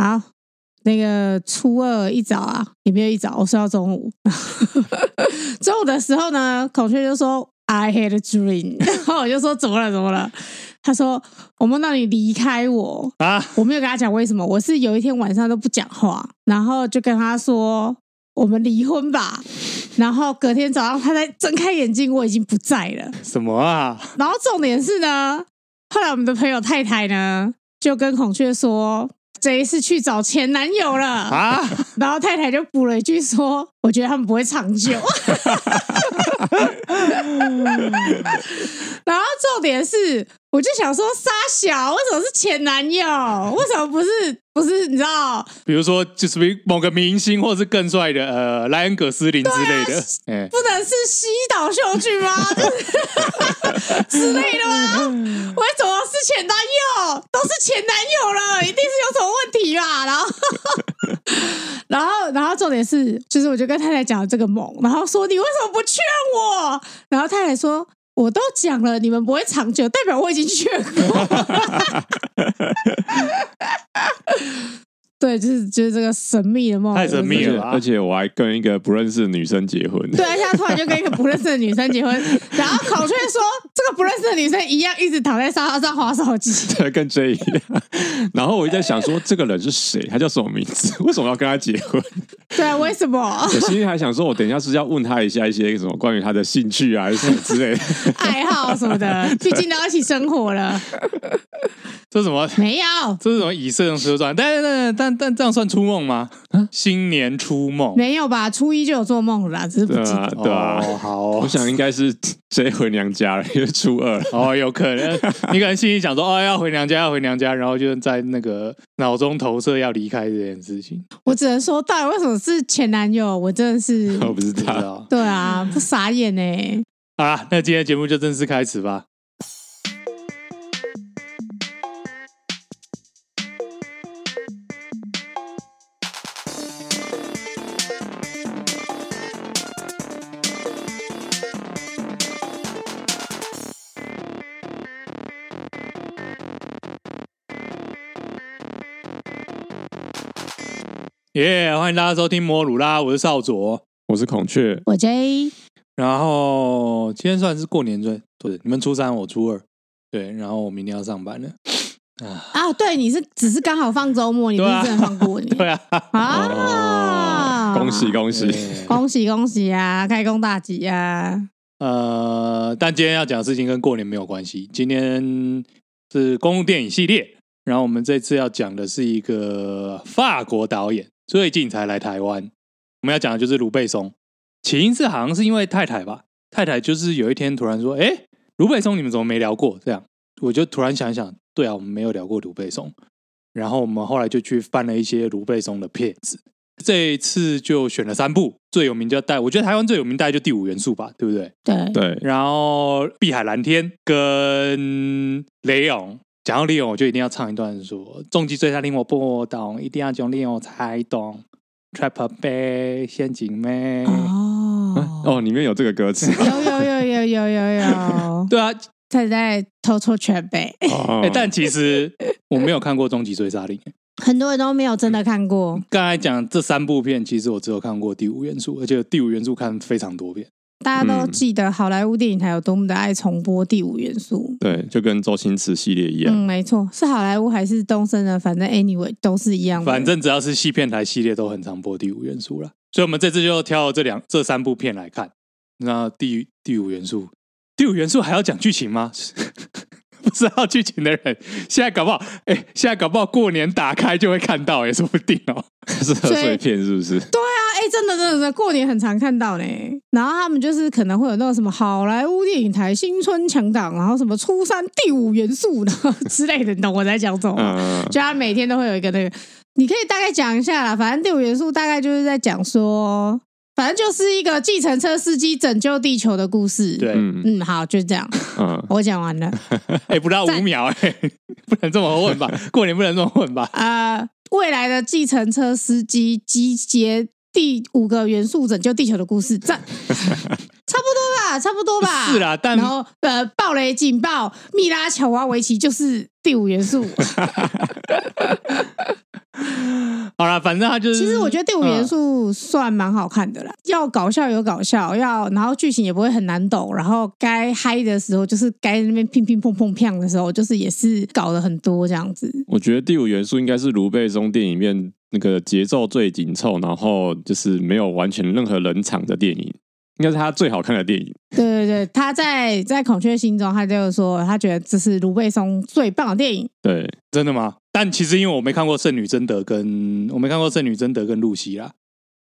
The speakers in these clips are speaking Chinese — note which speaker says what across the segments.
Speaker 1: 好，那个初二一早啊，也没有一早，我睡到中午。 中午的时候呢，孔雀就说 “I had a dream”，然 后我就说怎么了怎么了？他说我梦到你离开我，
Speaker 2: 啊，
Speaker 1: 我没有跟他讲为什么，我是有一天晚上都不讲话，然后就跟他说我们离婚吧。然后隔天早上他才睁开眼睛，我已经不在了。
Speaker 2: 什么啊？
Speaker 1: 然后重点是呢，后来我们的朋友太太呢就跟孔雀说，这一次去找前男友了。
Speaker 2: 啊，
Speaker 1: 然后太太就补了一句说：“我觉得他们不会长久。”然后重点是，我就想说，沙小为什么是前男友？为什么不是不是？你知道？
Speaker 2: 比如说就是某个明星，或是更帅的呃莱恩·葛斯林之类的，哎、
Speaker 3: 啊
Speaker 1: 不能是西岛秀俊吗？ 就是之类的吗？
Speaker 2: 嗯
Speaker 1: 为什么是前男友？都是前男友了，一定是有什么问题吧？然后， 然后，然后重点是，就是我就跟太太讲了这个梦，然后说你为什么不劝我？然后太太说。我都讲了，你们不会长久，代表我已经劝 过。对，就是就是这个神秘的梦，
Speaker 2: 哎太神
Speaker 1: 我
Speaker 2: 秘
Speaker 1: 是觉得
Speaker 2: 了啊吧
Speaker 3: 而且我还跟一个不认识的女生结婚，
Speaker 1: 对，而且他突然就跟一个不认识的女生结婚，然后孔雀说这个不认识的女生一样一直躺在沙发上划手机，
Speaker 3: 对，跟 J 一样。然后我一直在想说，这个人是谁？他叫什么名字？为什么要跟他结婚？
Speaker 1: 对啊，为什么
Speaker 3: 我心里还想说，我等一下是不是要问他一下一些什么关于他的兴趣啊，还是什么之类的。
Speaker 1: 爱好什么的，毕竟都要一起生活了，
Speaker 2: 这是什么？
Speaker 1: 没有
Speaker 2: 这是什么以色车传？但但但但这样算初梦吗？
Speaker 3: 啊
Speaker 2: 新年初梦，
Speaker 1: 没有吧？初一就有做梦了啦，只是不
Speaker 3: 对
Speaker 1: 记
Speaker 3: 啊，
Speaker 1: 得。
Speaker 3: 对啊。
Speaker 2: 哦好哦
Speaker 3: 我想应该是 J 回娘家了，因为初二了。
Speaker 2: 哦，有可能，你可能心里想说，哦，要回娘家，要回娘家，然后就在那个脑中投射要离开这件事情，
Speaker 1: 我只能说，到底为什么是前男友？我真的 是，
Speaker 3: 我不知
Speaker 2: 不知
Speaker 3: 道。
Speaker 2: 道。
Speaker 1: 对啊，不傻眼呢、
Speaker 2: 好啦，那今天的节目就正式开始吧。耶欢迎大家收听摩鲁拉，我是少佐。
Speaker 3: 我是孔雀，
Speaker 1: 我 J
Speaker 2: 然后今天算是过年最对，你们初三，我初二，对，然后我明天要上班了。
Speaker 1: 啊，对，你是只是刚好放周末，你不
Speaker 2: 对啊
Speaker 1: 是真的放过 年
Speaker 2: 对啊，
Speaker 1: 啊？
Speaker 3: 哦恭喜恭喜！
Speaker 2: 对
Speaker 1: 恭喜恭喜啊，开工大吉啊！
Speaker 2: 呃，但今天要讲的事情跟过年没有关系，今天是公路电影系列，然后我们这次要讲的是一个法国导演，最近才来台湾，我们要讲的就是卢贝松。起因是好像是因为太太吧，太太就是有一天突然说：“哎、卢贝松你们怎么没聊过？”这样，我就突然想一想，对啊，我们没有聊过卢贝松。然后我们后来就去翻了一些卢贝松的片子，这一次就选了三部，最有名就带，我觉得台湾最有名大概就《第五元素》吧，对不对？
Speaker 1: 对
Speaker 3: 对，
Speaker 2: 然后《碧海蓝天》跟雷勇。讲到雷勇，我就一定要唱一段说：“重击最下令我不懂，一定要讲雷勇才懂。Trap 杯陷阱妹。，
Speaker 1: 哦。
Speaker 3: 哦，里面有这个歌词
Speaker 1: 有有有有有有有
Speaker 2: 对啊，
Speaker 1: 他在偷偷全背，
Speaker 3: 哦
Speaker 2: 哎、但其实我没有看过《终极追杀令》。
Speaker 1: 很多人都没有真的看过，
Speaker 2: 刚才讲这三部片，其实我只有看过《第五元素》，而且《第五元素》看非常多遍。
Speaker 1: 大家都
Speaker 3: 嗯
Speaker 1: 记得好莱坞电影台有多么的爱重播第五元素。
Speaker 3: 对，就跟周星驰系列一样。
Speaker 1: 嗯，没错，是好莱坞还是东森呢？反正 anyway 都是一样的。
Speaker 2: 反正只要是戏片台系列，都很常播《第五元素》了。所以我们这次就挑了这两这三部片来看。那第第五元素，第五元素还要讲剧情吗？ 不知道剧情的人，现在搞不好，哎、现在搞不好过年打开就会看到、也说不定哦。
Speaker 3: 是贺岁片是不是？
Speaker 1: 啊，哎、真的真的真的，过年很常看到呢。然后他们就是可能会有那种什么好莱坞电影台新春强档，然后什么初三第五元素然后之类的，你懂我在讲什么吗？
Speaker 3: 嗯，
Speaker 1: 就他每天都会有一个那个，你可以大概讲一下啦。反正第五元素大概就是在讲说，反正就是一个计程车司机拯救地球的故事。
Speaker 2: 对，哎、
Speaker 3: 嗯
Speaker 1: 嗯，好，就这样，
Speaker 3: 嗯，
Speaker 1: 我讲完 了。
Speaker 2: 不到五秒、哎， 不能这么 混吧？过年不能这么混吧？
Speaker 1: 呃，未来的计程车司机集结第五个元素拯救地球的故事， 赞，差不多吧，差不多吧。
Speaker 2: 是啦但
Speaker 1: 然后呃，暴雷警报，密啊拉乔娃维奇就是第五元素。
Speaker 2: 好了，反正他就是。
Speaker 1: 其实我觉得第五元素算蛮好看的啦，要搞笑有搞笑，要然后剧情也不会很难懂，然后该嗨的时候就是该那边乒乒乓乓乓的时候，就是也是搞了很多这样子。
Speaker 3: 我觉得第五元素应该是卢贝松电影里面那个节奏最紧凑，然后就是没有完全任何冷场的电影，应该是他最好看的电影。
Speaker 1: 对对对，他在在孔雀心中，他就是说他觉得这是卢贝松最棒的电影。
Speaker 3: 对，
Speaker 2: 嗯真的吗？但其实因为我没看过《圣女贞德》跟我没看过《圣女贞德》跟露西啦，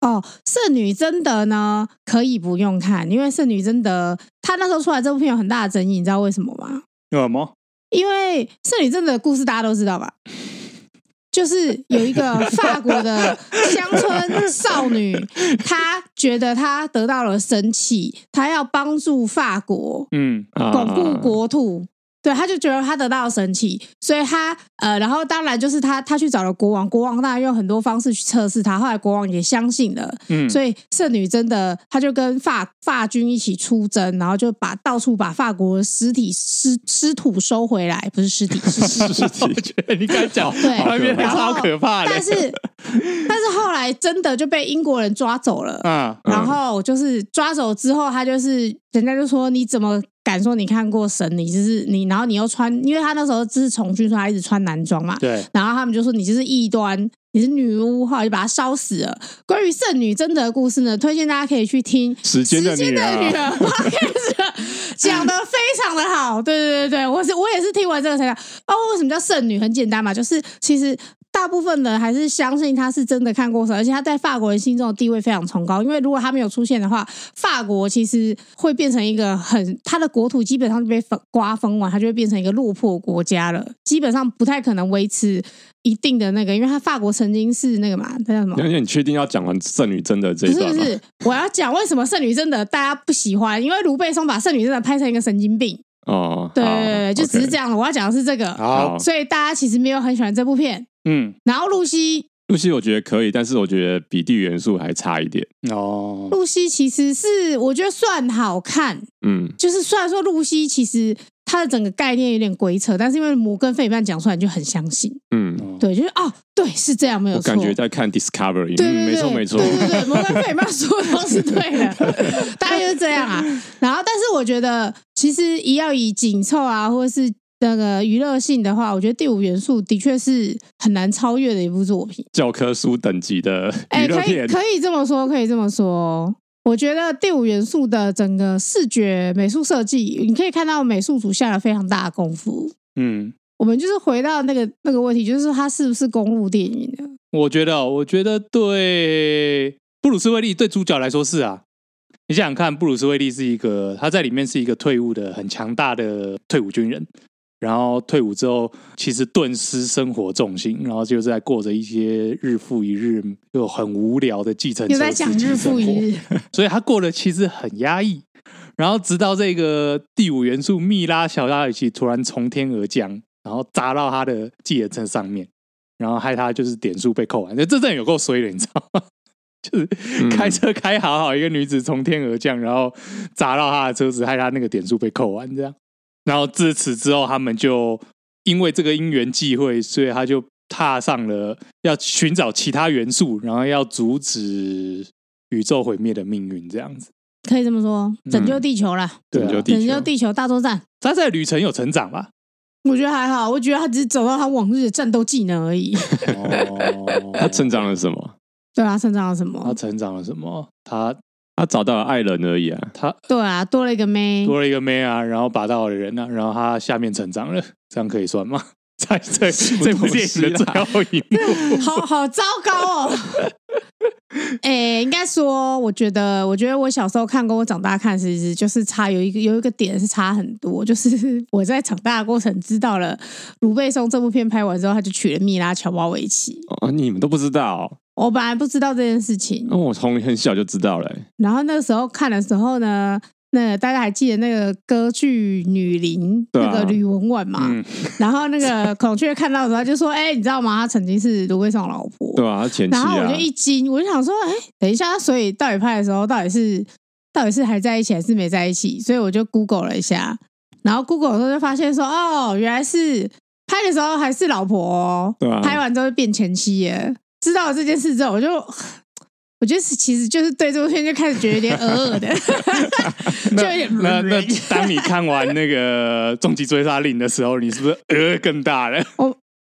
Speaker 1: 哦，《圣女贞德》呢可以不用看，因为《圣女贞德》他那时候出来这部片有很大的争议，你知道为什么吗？
Speaker 2: 有什么？
Speaker 1: 因为《圣女贞德》的故事大家都知道吧？就是有一个法国的乡村少女，她觉得她得到了神器，她要帮助法国
Speaker 2: 嗯，
Speaker 3: 啊
Speaker 1: 巩固国土。对，他就觉得他得到了神奇，所以他呃，然后当然就是他他去找了国王，国王当然用很多方式去测试他，后来国王也相信了，
Speaker 2: 嗯
Speaker 1: 所以圣女真的他就跟法法军一起出征，然后就把到处把法国的尸体尸尸土收回来，不是尸体 是尸体，
Speaker 3: 是
Speaker 2: 我觉得你刚讲
Speaker 1: 对
Speaker 2: 外面
Speaker 1: 然
Speaker 2: 超
Speaker 1: 后
Speaker 2: 可怕的，
Speaker 1: 但是但是后来真的就被英国人抓走了，
Speaker 2: 啊，
Speaker 1: 然后就是抓走之后，他就是人家就说你怎么敢说你看过神？你就是你，然后你又穿，因为他那时候就是从军，说他一直穿男装嘛。
Speaker 2: 对，
Speaker 1: 然后他们就说你就是异端，你是女巫，后来就把他烧死了。关于圣女贞德的故事呢，推荐大家可以去听《
Speaker 3: 时间的
Speaker 1: 时
Speaker 3: 女
Speaker 1: 的女
Speaker 3: 儿啊，
Speaker 1: 儿》podcast，讲的非常的好。对对对对，我是我也是听完这个才想，哦，为什么叫圣女？很简单嘛，就是其实。大部分人还是相信她是真的看过神，而且她在法国人心中的地位非常崇高。因为如果她没有出现的话，法国其实会变成一个很，它的国土基本上就被分瓜分完，它就会变成一个落魄国家了，基本上不太可能维持一定的那个，因为它法国曾经是那个嘛，它叫什么
Speaker 3: 而且你确定要讲完圣女贞德这
Speaker 1: 不
Speaker 3: 一
Speaker 1: 是
Speaker 3: 段
Speaker 1: 不
Speaker 3: 吗？
Speaker 1: 是，我要讲为什么圣女贞德大家不喜欢，因为卢贝松把圣女贞德拍成一个神经病。
Speaker 3: 哦，
Speaker 1: 对
Speaker 3: 好
Speaker 1: 对对，就只是这。
Speaker 3: OK
Speaker 1: 样。我要讲的是这个，
Speaker 2: 好，
Speaker 1: 所以大家其实没有很喜欢这部片。
Speaker 2: 嗯，
Speaker 1: 然后露西，
Speaker 3: 露西我觉得可以，但是我觉得比地元素还差一点。
Speaker 2: 哦，
Speaker 1: 露西其实是我觉得算好看，
Speaker 3: 嗯，
Speaker 1: 就是虽然说露西其实它的整个概念有点鬼扯，但是因为摩根费曼讲出来你就很相信，
Speaker 3: 嗯，
Speaker 2: 哦，
Speaker 1: 对，就是哦，对，是这样，没有
Speaker 3: 我
Speaker 1: 错。
Speaker 3: 感觉在看 Discovery，
Speaker 1: 对对对，
Speaker 3: 嗯没错没错，
Speaker 1: 对对对，摩根费曼说的都是对 的，大概就是这样啊。然后，但是我觉得其实一要以紧凑啊，或者是那个娱乐性的话，我觉得第五元素的确是很难超越的一部作品。
Speaker 3: 教科书等级的
Speaker 1: 哎、
Speaker 3: 娱乐
Speaker 1: 可以
Speaker 3: 片，
Speaker 1: 可以这么说，可以这么说。我觉得第五元素的整个视觉美术设计，你可以看到美术组下了非常大的功夫。
Speaker 2: 嗯，
Speaker 1: 我们就是回到那个那个问题，就是它是不是公路电影呢？
Speaker 2: 我觉得哦，我觉得对布鲁斯威利对主角来说是啊，你想想看，布鲁斯威利是一个他在里面是一个退伍的很强大的退伍军人，然后退伍之后其实顿失生活重心，然后就是在过着一些日复一日又很无聊的继承
Speaker 1: 又
Speaker 2: 者
Speaker 1: 在讲
Speaker 2: 司机
Speaker 1: 日复
Speaker 2: 生活
Speaker 1: 一日，
Speaker 2: 所以他过得其实很压抑。然后直到这个第五元素蜜拉小大雨奇突然从天而降，然后砸到他的计程车上面，然后害他就是点数被扣完。那这阵有够衰的，你知道吗？就是
Speaker 3: 嗯
Speaker 2: 开车开好好，一个女子从天而降，然后砸到他的车子，害他那个点数被扣完，这样。然后自此之后，他们就因为这个因缘际会，所以他就踏上了要寻找其他元素，然后要阻止宇宙毁灭的命运这样子。
Speaker 1: 可以这么说，
Speaker 3: 嗯
Speaker 1: 拯救地球啦。
Speaker 2: 对啊
Speaker 3: 拯救地
Speaker 1: 拯救
Speaker 3: 球，
Speaker 1: 地球大作战，
Speaker 2: 他在旅程有成长吧？
Speaker 1: 我觉得还好，我觉得他只是走到他往日的战斗技能而已。
Speaker 2: 哦，
Speaker 3: 他成长了什么？
Speaker 1: 对啊，成长了什
Speaker 2: 他
Speaker 1: 么？
Speaker 2: 成长了什么？他
Speaker 3: 他找到了爱人而已啊。
Speaker 2: 他
Speaker 1: 对啊，多了一个妹。
Speaker 2: 多了一个妹啊，然后拔到了人啊，然后他下面成长了，这样可以算吗？ 在这
Speaker 3: 么
Speaker 2: 这部电影的
Speaker 3: 东西啊
Speaker 2: 最
Speaker 3: 啦
Speaker 2: 后 一幕，
Speaker 1: 好好糟糕哦！哎、应该说，我觉得，我觉得我小时候看跟我长大看，其实就是差有一个有一个点是差很多，就是我在长大的过程知道了卢贝松这部片拍完之后，他就娶了蜜拉乔瓦维奇。
Speaker 3: 哦，你们都不知道哦，
Speaker 1: 我本来不知道这件事情
Speaker 3: 那，我从很小就知道了欸。
Speaker 1: 然后那个时候看的时候呢，那大家还记得那个歌剧《女伶》
Speaker 3: 对
Speaker 1: 那
Speaker 3: 啊
Speaker 1: 个吕雯雯嘛？
Speaker 2: 嗯
Speaker 1: 然后那个孔雀看到的时候就说：“哎、你知道吗？她曾经是卢贝松的老婆。”
Speaker 3: 对啊，他前妻
Speaker 1: 然后我
Speaker 3: 啊
Speaker 1: 就，一惊，我就想说，哎，等一下，所以到底拍的时候，到底是到底是还在一起还是没在一起？所以我就 Google 了一下，然后 Google 的时候就发现说，哦，原来是拍的时候还是老婆、哦，
Speaker 3: 对啊
Speaker 1: 拍完之后就变前妻耶。知道这件事之后，我就我觉得是其实就是对这部片就开始觉得有点恶恶的，就有点
Speaker 2: 那那
Speaker 1: 软软
Speaker 2: 当你看完那个《终极追杀令》的时候，你是不是呃更大 了？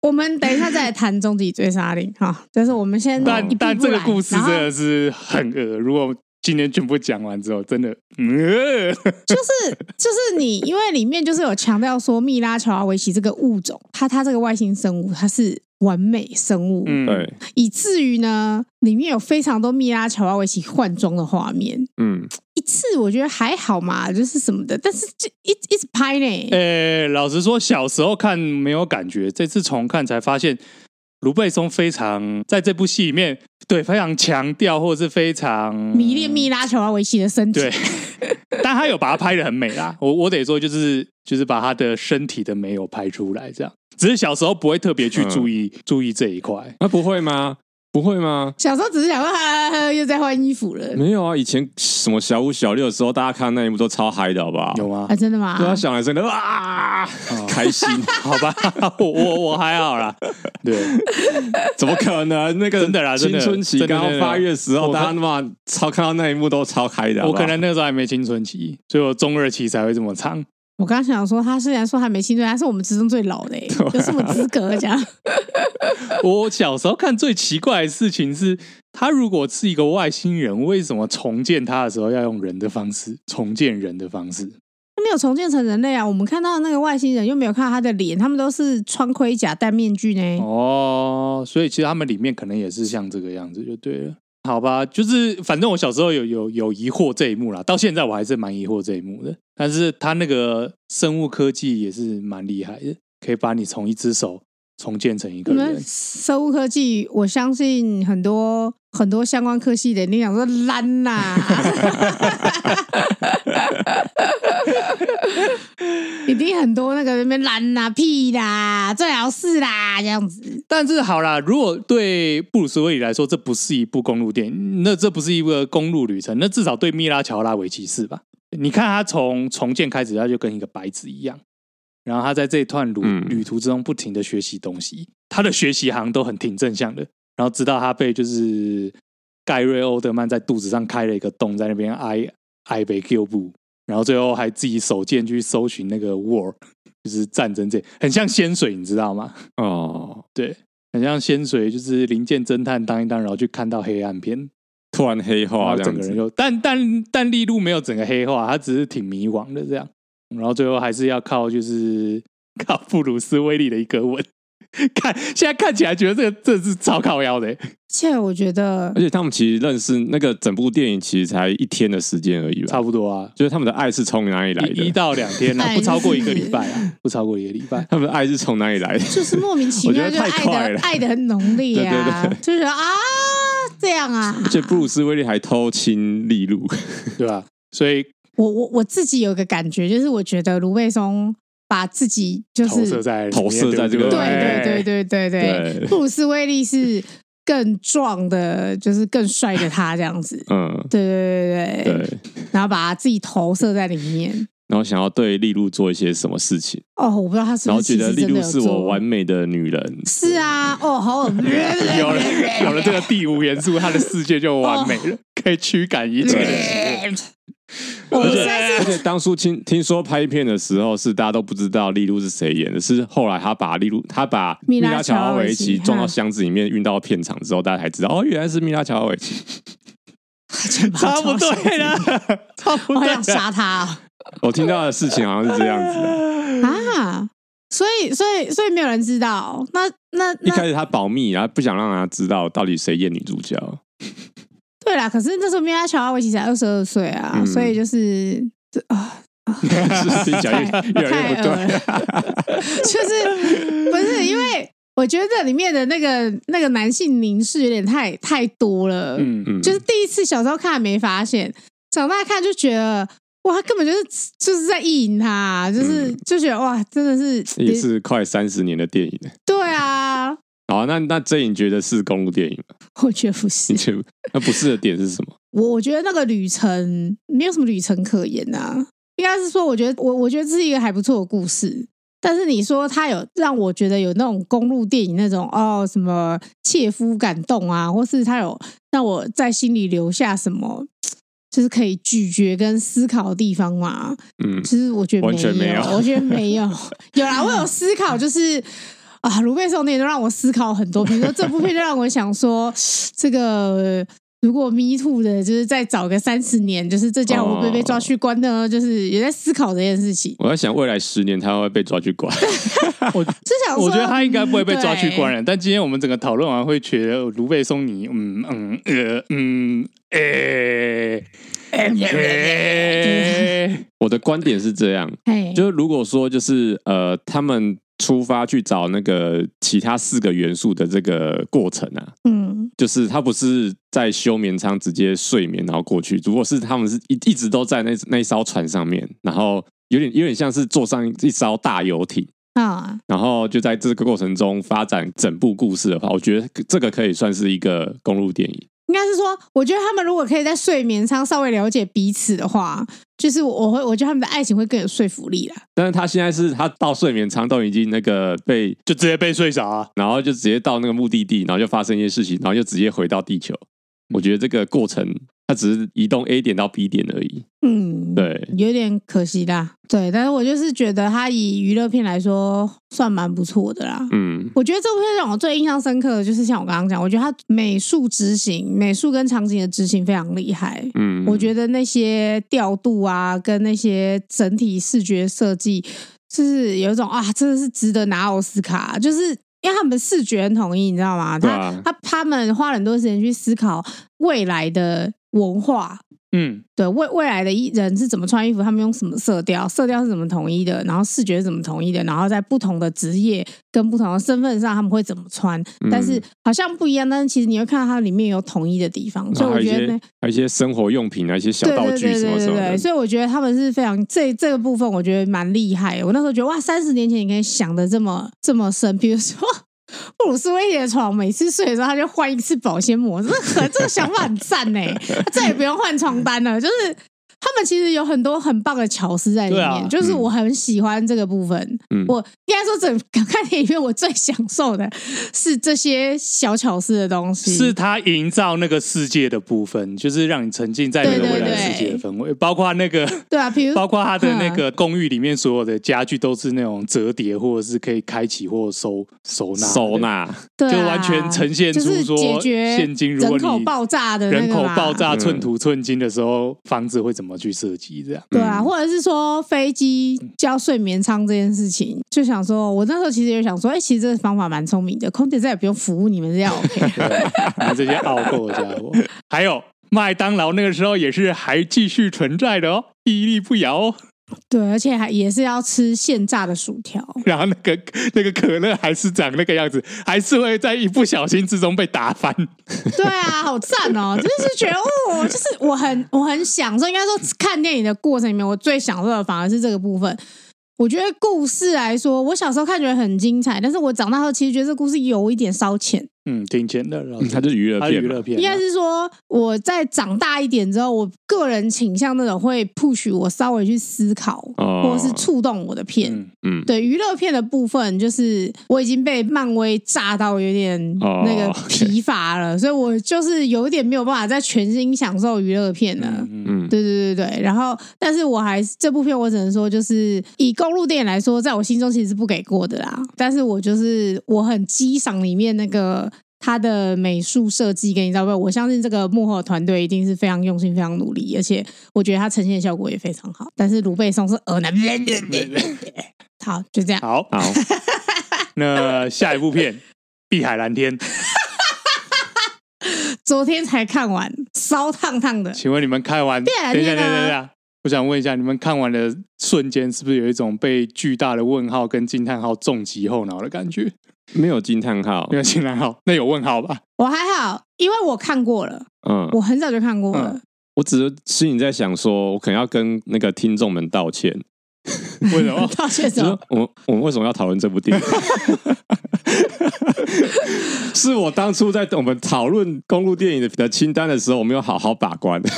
Speaker 1: 我们等一下再来谈《终极追杀令》哈，就是我们先
Speaker 2: 但
Speaker 1: 一步一
Speaker 2: 但
Speaker 1: 步
Speaker 2: 这个
Speaker 1: 来
Speaker 2: 故事
Speaker 1: 然
Speaker 2: 真
Speaker 1: 后
Speaker 2: 的是很呃，如果今天全部讲完之后，真的嗯，呃
Speaker 1: 就是就是你，因为里面就是有强调说密拉乔瓦维奇这个物种，它它这个外星生物它是完美生物，
Speaker 2: 嗯，
Speaker 3: 对，
Speaker 1: 以至于呢里面有非常多密拉乔瓦维奇换装的画面。
Speaker 3: 嗯，
Speaker 1: 一次我觉得还好嘛，就是什么的，但是就一一直拍呢，
Speaker 3: 嗯
Speaker 2: 诶、呃老实说，小时候看没有感觉，这次重看才发现，卢贝松非常在这部戏里面，对非常强调，或者是非常
Speaker 1: 迷恋密拉乔瓦维奇的身体
Speaker 2: 对，但他有把它拍的很美啦。我我得说，就是就是把他的身体的美有拍出来，这样。只是小时候不会特别去注意、注意这一块。
Speaker 3: 那、啊不会吗？不会吗？
Speaker 1: 小时候只是想说，哈哈哈，又在换衣服了
Speaker 2: 呃
Speaker 3: 没有啊，以前什么小五、小六的时候，大家看那一幕都超嗨的，好不好？
Speaker 2: 有吗
Speaker 1: 啊，？真的吗？
Speaker 3: 对啊，小男生的啊，开心，
Speaker 2: 好 吧，我我我还好啦。对，
Speaker 3: 怎么可能？那个
Speaker 2: 真的啦真的
Speaker 3: 青春期
Speaker 2: 真的
Speaker 3: 刚
Speaker 2: 真
Speaker 3: 刚
Speaker 2: 的
Speaker 3: 发育的时候，
Speaker 2: 我
Speaker 3: 大家嘛超看到那一幕都超嗨的。好
Speaker 2: 我
Speaker 3: 不好
Speaker 2: 可能那个时候还没青春期，所以我中二期才会这么长。
Speaker 1: 我刚想说，他虽然说还没青春，他是我们之中最老的、欸，
Speaker 3: 啊
Speaker 1: 有什么资格讲？
Speaker 2: 我小时候看最奇怪的事情是，他如果是一个外星人，为什么重建他的时候要用人的方式重建人的方式？
Speaker 1: 他没有重建成人类啊！我们看到那个外星人，又没有看到他的脸，他们都是穿盔甲、戴面具呢。
Speaker 2: 哦，所以其实他们里面可能也是像这个样子，就对了。好吧，就是反正我小时候有有有疑惑这一幕啦，到现在我还是蛮疑惑这一幕的。但是他那个生物科技也是蛮厉害的，可以把你从一只手重建成一
Speaker 1: 你
Speaker 2: 个
Speaker 1: 们
Speaker 2: 人。
Speaker 1: 生物科技，我相信很多很多相关科系的，你想说烂呐、 一定很多那个那边烂呐、屁啦、最好是啦这样子。
Speaker 2: 但是好啦，如果对布鲁斯威利来说，这不是一部公路电影，那这不是一个公路旅程，那至少对米拉乔拉维奇是吧？你看他从重建开始，他就跟一个白纸一样，然后他在这一段旅、
Speaker 3: 嗯
Speaker 2: 旅途之中不停的学习东西，他的学习好像都很挺正向的，然后直到他被就是盖瑞欧德曼在肚子上开了一个洞，在那边挨挨被 Q 步，然后最后还自己手贱去搜寻那个 war，就是战争这很像仙水，你知道吗？
Speaker 3: 哦，
Speaker 2: 对，很像仙水，就是零件侦探当一当，然后去看到黑暗片，
Speaker 3: 突然黑
Speaker 2: 然
Speaker 3: 化
Speaker 2: 后
Speaker 3: 这
Speaker 2: 整
Speaker 3: 样
Speaker 2: 个人
Speaker 3: 子，
Speaker 2: 就，但但但利路没有整个黑化，他只是挺迷惘的这样，然后最后还是要靠就是 靠布鲁斯威利的一个吻，看现在看起来觉得这个这是超靠腰的、
Speaker 3: 啊
Speaker 1: 而且我觉得
Speaker 3: 而且他们其实认识那个整部电影其实才一天的时间而已吧
Speaker 2: 差，不多啊，
Speaker 3: 就是他们的爱是从哪里来
Speaker 2: 一一
Speaker 3: 的？
Speaker 2: 到两 天啊，
Speaker 1: 哎
Speaker 2: 不超过一个礼拜啊，不超过一个礼拜。
Speaker 3: 他们的爱是从哪里来的？
Speaker 1: 就是莫名其
Speaker 3: 我
Speaker 1: 妙
Speaker 3: 觉
Speaker 1: 就
Speaker 3: 得太
Speaker 1: 爱
Speaker 3: 快了
Speaker 1: 的爱的很浓烈啊，
Speaker 3: 对对
Speaker 1: 就是啊这样啊。
Speaker 3: 而且布鲁斯威利还偷亲利路，
Speaker 2: 对吧、所以
Speaker 1: 我我我自己有一个感觉，就是我觉得卢贝松把自己就
Speaker 2: 投
Speaker 1: 是
Speaker 2: 射在里面
Speaker 3: 投射在这
Speaker 1: 对
Speaker 2: 对
Speaker 3: 个
Speaker 2: 不哎
Speaker 1: 对对对对对，
Speaker 3: 对，
Speaker 1: 布鲁斯威利是更壮的，就是更帅的他这样子。
Speaker 3: 嗯，
Speaker 1: 对对对对
Speaker 3: 对
Speaker 1: 对，，然后把他自己投射在里面。
Speaker 3: 然后想要对利路做一些什么事情，
Speaker 1: 哦，我不知道他是
Speaker 3: 然
Speaker 1: 不
Speaker 3: 后
Speaker 1: 是
Speaker 3: 觉
Speaker 1: 其
Speaker 3: 得
Speaker 1: 实
Speaker 3: 利
Speaker 1: 真的
Speaker 3: 路
Speaker 1: 有
Speaker 3: 是我
Speaker 1: 做
Speaker 3: 完。美的女 人，
Speaker 1: 是啊，哦，好恶
Speaker 2: 有了 有了这个第五元素，他的世界就完美了，
Speaker 1: 哦
Speaker 2: 可以驱赶一切。
Speaker 1: 我
Speaker 3: 而
Speaker 1: 实
Speaker 3: 且
Speaker 1: 在
Speaker 3: 而
Speaker 1: 是
Speaker 3: 且当初听听说拍片的时候，是大家都不知道利路是谁演的，是后来他把利路他把
Speaker 1: 米
Speaker 3: 米
Speaker 1: 拉
Speaker 3: 拉乔
Speaker 1: 乔
Speaker 3: 瓦
Speaker 1: 瓦维
Speaker 3: 维
Speaker 1: 奇
Speaker 3: 奇撞到
Speaker 1: 哈
Speaker 3: 箱子里面，运到片场之后，大家才知道哦，原来是米拉乔瓦 维奇。
Speaker 2: 差不多啦，差
Speaker 1: 我
Speaker 2: 不多
Speaker 1: 好
Speaker 2: 啦
Speaker 1: 想杀他哦。
Speaker 3: 我听到的事情好像是这样子的。
Speaker 1: 啊，所以所以所以没有人知道，那那
Speaker 3: 一
Speaker 1: 那
Speaker 3: 开始他保密，然后不想让大家知道到底谁演女主角。
Speaker 1: 对啦，可是那时候米拉乔瓦维奇才二十二岁啊，
Speaker 3: 嗯
Speaker 1: 所以就是这啊。
Speaker 3: 是越讲越越来越不
Speaker 1: 太恶
Speaker 3: 对。
Speaker 1: 了， 就是不是因为我觉得里面的那个那个男性凝视有点太太多了，
Speaker 2: 嗯嗯，
Speaker 3: 嗯，
Speaker 1: 就是第一次小时候看没发现，长大看就觉得哇，他根本就是就是在意淫他，就是、
Speaker 3: 嗯
Speaker 1: 就觉得哇，真的是
Speaker 3: 也是快三十年的电影。
Speaker 1: 对啊，
Speaker 3: 好，那那这你觉得是公路电影吗？
Speaker 1: 我觉得不是
Speaker 3: 你，觉得那不是的点是什么？
Speaker 1: 我我觉得那个旅程没有什么旅程可言啊，应该是说，我觉得我我觉得这是一个还不错的故事，但是你说他有让我觉得有那种公路电影那种哦什么切肤感动啊，或是他有让我在心里留下什么，就是可以咀嚼跟思考的地方嘛？
Speaker 3: 嗯，
Speaker 1: 其实我觉得
Speaker 3: 完全
Speaker 1: 没
Speaker 3: 没有
Speaker 1: 我觉得没有。有啦，我有思考，就是啊，卢贝松那都让我思考很多。比如说这部片就让我想说，这个如果 Me Too 的，就是再找个三十年，就是这家伙会不会被抓去关呢？就是也在思考这件事情，
Speaker 3: 我在想未来十年他会被抓去关，
Speaker 2: 我
Speaker 1: 是想说，
Speaker 2: 我觉得他应该不会被抓去关
Speaker 1: 嗯。
Speaker 2: 了。但今天我们整个讨论完，会觉得卢贝松尼，嗯嗯呃嗯诶诶，
Speaker 3: 我的观点是这样，
Speaker 1: 对哎，
Speaker 3: 就是如果说就是呃，他们出发去找那个其他四个元素的这个过程啊，
Speaker 1: 嗯，
Speaker 3: 就是他不是在休眠舱直接睡眠然后过去，如果是他们是一一直都在那那一艘船上面，然后有点有点像是坐上一艘大游艇。
Speaker 1: 啊，
Speaker 3: 然后就在这个过程中发展整部故事的话，我觉得这个可以算是一个公路电影。
Speaker 1: 应该是说，我觉得他们如果可以在睡眠上稍微了解彼此的话，就是我会，我觉得他们的爱情会更有说服力啦。
Speaker 3: 但是他现在是他到睡眠舱都已经那个被，
Speaker 2: 就直接被睡着啊！
Speaker 3: 然后就直接到那个目的地，然后就发生一些事情，然后就直接回到地球。我觉得这个过程，它只是移动 A 点到 B 点而已。
Speaker 1: 嗯，
Speaker 3: 对，
Speaker 1: 有点可惜啦。对，但是我就是觉得它以娱乐片来说，算蛮不错的啦。
Speaker 3: 嗯，
Speaker 1: 我觉得这部片让我最印象深刻的就是像我刚刚讲，我觉得它美术执行、美术跟场景的执行非常厉害。
Speaker 3: 嗯，
Speaker 1: 我觉得那些调度啊，跟那些整体视觉设计，就是有一种啊，真的是值得拿奥斯卡，就是。因为他们视觉很统一，你知道吗？
Speaker 3: 对
Speaker 1: 他、
Speaker 3: 啊
Speaker 1: 他他们花了很多时间去思考未来的文化，
Speaker 2: 嗯，
Speaker 1: 对未未来的艺人是怎么穿衣服，他们用什么色调，色调是怎么统一的，然后视觉是怎么统一的，然后在不同的职业跟不同的身份上，他们会怎么穿，
Speaker 3: 嗯
Speaker 1: 但是好像不一样，但是其实你会看到它里面有统一的地方，所
Speaker 3: 然
Speaker 1: 以
Speaker 3: 后还
Speaker 1: 我
Speaker 3: 有一
Speaker 1: 觉
Speaker 3: 些
Speaker 1: 得呢，
Speaker 3: 还有一些生活用品啊，一些小
Speaker 1: 对
Speaker 3: 道
Speaker 1: 对
Speaker 3: 具
Speaker 1: 对
Speaker 3: 什么
Speaker 1: 对
Speaker 3: 什
Speaker 1: 对
Speaker 3: 么
Speaker 1: 对，
Speaker 3: 的。
Speaker 1: 所以我觉得他们是非常这这个部分，我觉得蛮厉害。我那时候觉得哇，三十年前你可以想的这么这么深，比如说。 布鲁斯威利的床，每次睡的时候他就换一次保鲜膜，这个这个想法很赞呢、 他再也不用换床单了。就是他们其实有很多很棒的巧思在里面，
Speaker 2: 对啊
Speaker 1: 就是
Speaker 3: 嗯
Speaker 1: 我很喜欢这个部分。
Speaker 3: 嗯
Speaker 1: 我应该说整个 看电影院我最享受的是这些小巧思的东西。
Speaker 2: 是他营造那个世界的部分，就是让你沉浸在那个
Speaker 1: 对
Speaker 2: 未
Speaker 1: 对
Speaker 2: 来
Speaker 1: 对
Speaker 2: 世界的氛围，包括那个，
Speaker 1: 对啊，比如
Speaker 2: 包括他的那个公寓里面所有的家具都是那种折叠，或者是可以开启或收收纳的
Speaker 3: 收纳，
Speaker 1: 对啊、
Speaker 2: 就完全呈现出
Speaker 1: 就是
Speaker 2: 说
Speaker 1: 解决
Speaker 2: 现今如果
Speaker 1: 人口
Speaker 2: 你
Speaker 1: 爆炸的那
Speaker 2: 人
Speaker 1: 个
Speaker 2: 口
Speaker 1: 嘛
Speaker 2: 爆炸
Speaker 3: 嗯
Speaker 2: 寸土寸金的时候，房子会怎么去设计？这样，
Speaker 1: 对啊，
Speaker 3: 嗯
Speaker 1: 或者是说飞机交睡眠舱这件事情，就想说，我那时候其实也想说，哎、其实这个方法蛮聪明的，空姐再也不用服务你们 这样 OK。
Speaker 2: 你们这些傲购的家伙，还有麦当劳那个时候也是还继续存在的哦，屹立不摇哦。
Speaker 1: 对，而且还也是要吃现炸的薯条，
Speaker 2: 然后那个那个可乐还是长那个样子，还是会在一不小心之中被打翻。
Speaker 1: 对啊，好赞哦！就是觉得哦，就是我很我很享受，应该说看电影的过程里面，我最享受的反而是这个部分。我觉得故事来说，我小时候看觉得很精彩，但是我长大后其实觉得这故事有一点烧钱。
Speaker 2: 嗯，挺钱的，老
Speaker 3: 嗯
Speaker 2: 师，
Speaker 3: 它就是娱乐
Speaker 2: 他是
Speaker 3: 片
Speaker 2: 娱
Speaker 3: 嘛，
Speaker 2: 乐片
Speaker 1: 应
Speaker 2: 啊，
Speaker 1: 该是说，我在长大一点之后，我个人倾向那种会 push 我稍微去思考，
Speaker 3: 哦
Speaker 1: 或者是触动我的片。
Speaker 2: 嗯
Speaker 3: 嗯，
Speaker 1: 对娱乐片的部分，就是我已经被漫威炸到有点
Speaker 3: 哦
Speaker 1: 那个
Speaker 3: OK
Speaker 1: 疲乏了，所以我就是有一点没有办法再全心享受娱乐片了。
Speaker 2: 嗯嗯，
Speaker 3: 嗯，
Speaker 1: 对对对对，然后但是我还是这部片，我只能说就是以公路电影来说，在我心中其实是不给过的啦。但是我就是我很激赏里面那个他的美术设计跟营造，我相信这个幕后团队一定是非常用心、非常努力，而且我觉得它呈现的效果也非常好。但是卢贝松是耳男，好就这样。
Speaker 2: 好，
Speaker 3: 好，
Speaker 2: 那下一部片《碧海蓝天》，
Speaker 1: 昨天才看完，烧烫烫 的。
Speaker 2: 请问你们看完？
Speaker 1: 碧海蓝
Speaker 2: 等一下，
Speaker 1: 天
Speaker 2: 等一下，
Speaker 1: 呢
Speaker 2: 等一下。我想问一下，你们看完的瞬间，是不是有一种被巨大的问号跟惊叹号重击后脑的感觉？
Speaker 3: 没有惊叹号
Speaker 1: 哦
Speaker 2: 没，有惊叹号，那有问号吧？
Speaker 1: 我还好，因为我看过了，
Speaker 3: 嗯，
Speaker 1: 我很早就看过了。
Speaker 2: 嗯
Speaker 3: 我只是心里在想说，我可能要跟那个听众们道歉，
Speaker 2: 为什 么？
Speaker 1: 道歉什
Speaker 3: 就
Speaker 1: 么
Speaker 3: 说？我们我们为什么要讨论这 部电影？是我当初在我们讨论公路电影的的清单的时候，我没有好好把 关。
Speaker 2: 不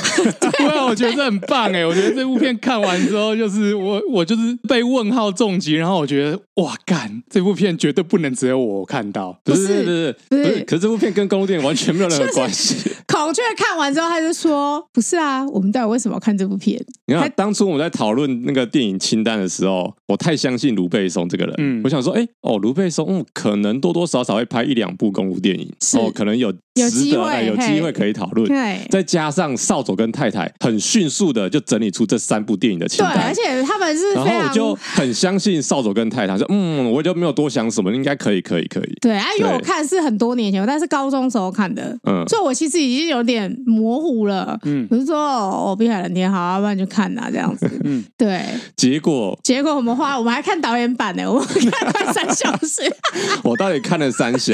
Speaker 2: 然我觉得这很棒哎、我觉得这部片看完之后，就是我我就是被问号重击，然后我觉得哇干，这部片绝对不能只有我看到。
Speaker 3: 不
Speaker 1: 是
Speaker 3: 是不是不
Speaker 1: 不是
Speaker 3: 是，可是这部片跟公路电影完全没有任何关系。
Speaker 1: 孔雀看完之后，他就说：“不是啊，我们到底为什么要看这部片？
Speaker 3: 你看
Speaker 1: 还，
Speaker 3: 当初我们在讨论那个电影清单的时候，我太相信卢贝松这个人。
Speaker 2: 嗯
Speaker 3: 我想说，哎、哦，卢贝松，嗯，可能多多少少会拍一两部公路电影，
Speaker 1: 是
Speaker 3: 哦，可能有
Speaker 1: 有
Speaker 3: 值
Speaker 1: 机
Speaker 3: 得
Speaker 1: 会
Speaker 3: 哎有
Speaker 1: 嘿
Speaker 3: 机会可以讨论。
Speaker 1: 对
Speaker 3: 再加上少佐跟太太很迅速的就整理出这三部电影的清
Speaker 1: 对，
Speaker 3: 单
Speaker 1: 而，且他们是
Speaker 3: 然
Speaker 1: 非
Speaker 3: 后我就
Speaker 1: 常
Speaker 3: 很相信少佐跟太太说，嗯，我就没有多想什么，应该可以，可以，可以，
Speaker 1: 对啊，因为我
Speaker 3: 对
Speaker 1: 看是很多年前，我但是高中时候看的，
Speaker 3: 嗯，
Speaker 1: 所以我其实已经有点模糊了。
Speaker 2: 嗯
Speaker 1: 我就说：“哦，碧海蓝天好、啊，不然就看啊，这样 子。”
Speaker 2: 嗯，
Speaker 1: 对。
Speaker 3: 结果
Speaker 1: 结果我们花，我们还看导演版呢，我们看快三小时。
Speaker 3: 我到底看了三小，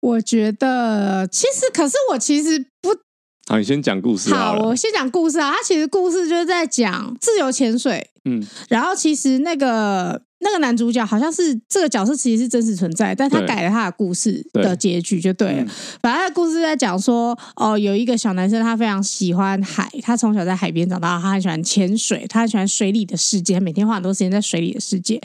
Speaker 1: 我觉得其实，可是我其实不
Speaker 3: 好，你先讲故事好
Speaker 1: 好。
Speaker 3: 了
Speaker 1: 我，先讲故事啊，它其实故事就是在讲自由潜水。
Speaker 2: 嗯，
Speaker 1: 然后其实那个那个男主角好像是这个角色其实是真实存在，但他
Speaker 3: 对
Speaker 1: 改了他的故事的
Speaker 3: 对
Speaker 1: 结局就对了。
Speaker 2: 嗯
Speaker 1: 反正他的故事在讲说，哦，有一个小男生他非常喜欢海，他从小在海边长大，他很喜欢潜水，他很喜欢水里的世界，他每天花很多时间在水里的世界。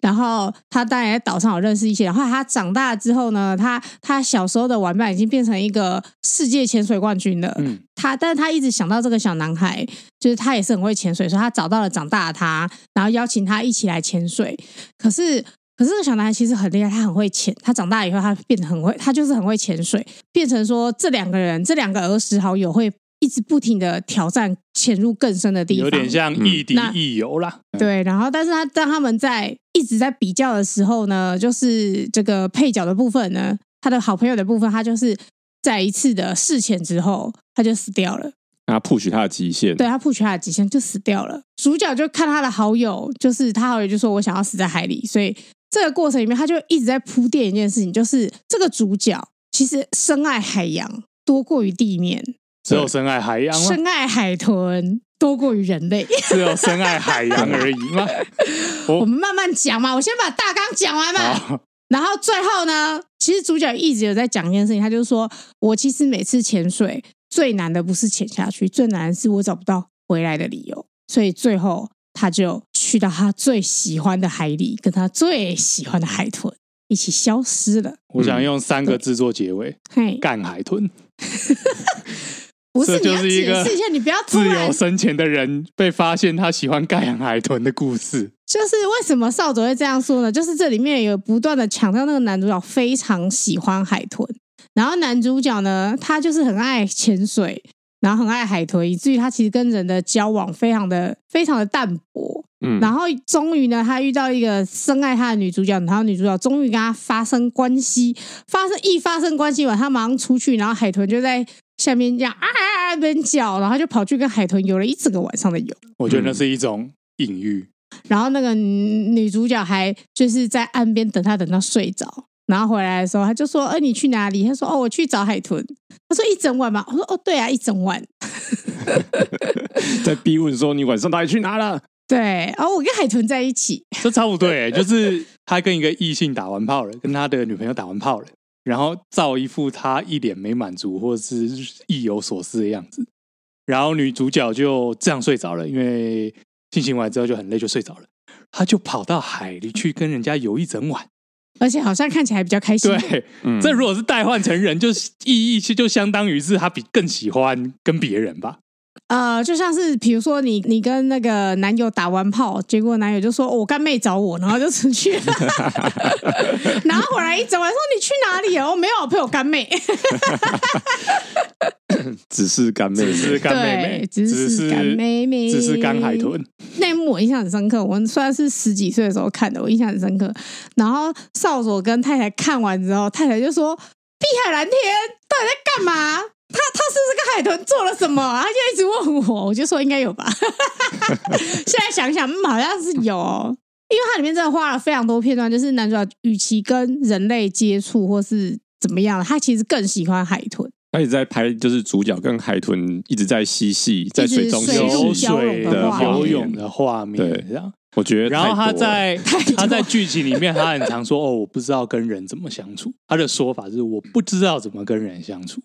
Speaker 1: 然后他当然在岛上有认识一些人。后来他长大之后呢，他他小时候的玩伴已经变成一个世界潜水冠军了。
Speaker 2: 嗯
Speaker 1: 他，但是他一直想到这个小男孩，就是他也是很会潜水，所以他找到了长大的他，然后邀请他一起来潜水。可是。可是这个小男孩其实很厉害，他很会潜。他长大以后，他变得很会，他就是很会潜水，变成说这两个人，这两个儿时好友会一直不停的挑战，潜入更深的地方。
Speaker 2: 有点像亦敌
Speaker 1: 那
Speaker 2: 亦友啦。
Speaker 1: 对，然后但是他当他们在一直在比较的时候呢，就是这个配角的部分呢，他的好朋友的部分，他就是在一次的试潜之后，他就死掉了。
Speaker 3: 他 push 他的极限，
Speaker 1: 对他 push 他的极限就死掉了。主角就看他的好友，就是他好友就说我想要死在海里，所以这个过程里面，他就一直在铺垫一件事情，就是这个主角其实深爱海洋多过于地面，
Speaker 2: 只有深爱海洋吗？
Speaker 1: 深爱海豚多过于人类。
Speaker 2: 只有深爱海洋而已 吗？
Speaker 1: 我们慢慢讲嘛，我先把大纲讲完嘛。
Speaker 2: 好，
Speaker 1: 然后最后呢，其实主角一直有在讲一件事情，他就是说我其实每次潜水最难的不是潜下去，最难的是我找不到回来的理由。所以最后他就去到他最喜欢的海里，跟他最喜欢的海豚一起消失了。
Speaker 2: 我想用三个字做结尾：
Speaker 1: 嘿，
Speaker 2: 干海豚。
Speaker 1: 不是
Speaker 2: 这就是
Speaker 1: 你
Speaker 2: 一
Speaker 1: 要
Speaker 2: 个
Speaker 1: 解释一下，你不要突
Speaker 2: 自由
Speaker 1: 然
Speaker 2: 深潜的人被发现他喜欢盖海豚的故事。
Speaker 1: 就是为什么少佐会这样说呢？就是这里面有不断的强调那个男主角非常喜欢海豚，然后男主角呢，他就是很爱潜水，然后很爱海豚，以至于他其实跟人的交往非常的非常的淡薄。
Speaker 3: 嗯，
Speaker 1: 然后终于呢，他遇到一个深爱他的女主角，然后女主角终于跟他发生关系，发生一发生关系完，他马上出去，然后海豚就在下面这样啊啊啊边叫，然后他就跑去跟海豚游了一整个晚上的游。
Speaker 2: 我觉得
Speaker 1: 嗯
Speaker 2: 那是一种隐喻。
Speaker 1: 然后那个女女主角还就是在岸边等他，等到睡着，然后回来的时候，他就说：“呃，你去哪里？”他说：“哦，我去找海豚。”他说：“一整晚嘛。”我说：“哦，对啊，一整晚。
Speaker 3: 在逼问说你晚上到底去哪了？”
Speaker 1: 对，哦，我跟海豚在一起，
Speaker 2: 这差不多 欸，就是他跟一个异性打完炮了，跟他的女朋友打完炮了，然后造一副他一脸没满足或是意有所思的样子，然后女主角就这样睡着了，因为进行完之后就很累就睡着了，他就跑到海里去跟人家游一整晚。
Speaker 1: 而且好像看起来比较开心。
Speaker 2: 对，
Speaker 3: 嗯
Speaker 2: 这如果是代换成人，就是意义就就相当于是他比更喜欢跟别人吧。
Speaker 1: 呃，就像是比如说你你跟那个男友打完炮，结果男友就说、哦我干妹找我，然后就出去， 然后回来一整晚说你去哪里啊？我、哦、没有，我陪我干妹。
Speaker 3: 只是干妹，
Speaker 2: 只是干妹妹，
Speaker 1: 对，只是干妹妹，
Speaker 2: 只是干海豚。
Speaker 1: 那一幕我印象很深刻，我虽然是十几岁的时候看的，我印象很深刻。然后少佐跟太太看完之后，太太就说：“碧海蓝天到底在干嘛？他他是不是跟海豚做了什么啊？”他就一直问我，我就说应该有吧。 现在想想，嗯，好像是有哦、因为它里面真的花了非常多片段，就是男主角与其跟人类接触或是怎么样，他其实更喜欢海豚。
Speaker 3: 他一直在拍，就是主角跟海豚一直在嬉戏，在水中
Speaker 1: 水陆
Speaker 3: 游
Speaker 2: 游
Speaker 1: 交
Speaker 2: 水
Speaker 1: 融的
Speaker 2: 的
Speaker 1: 画面
Speaker 2: 游泳的画面，
Speaker 3: 对
Speaker 2: 这样。
Speaker 3: 我觉得
Speaker 2: 然后
Speaker 3: 太
Speaker 2: 他
Speaker 3: 多了
Speaker 2: 在他在剧情里面，他很常说：“哦，我不知道跟人怎么相处。”他的说法是：“我不知道怎么跟人相处。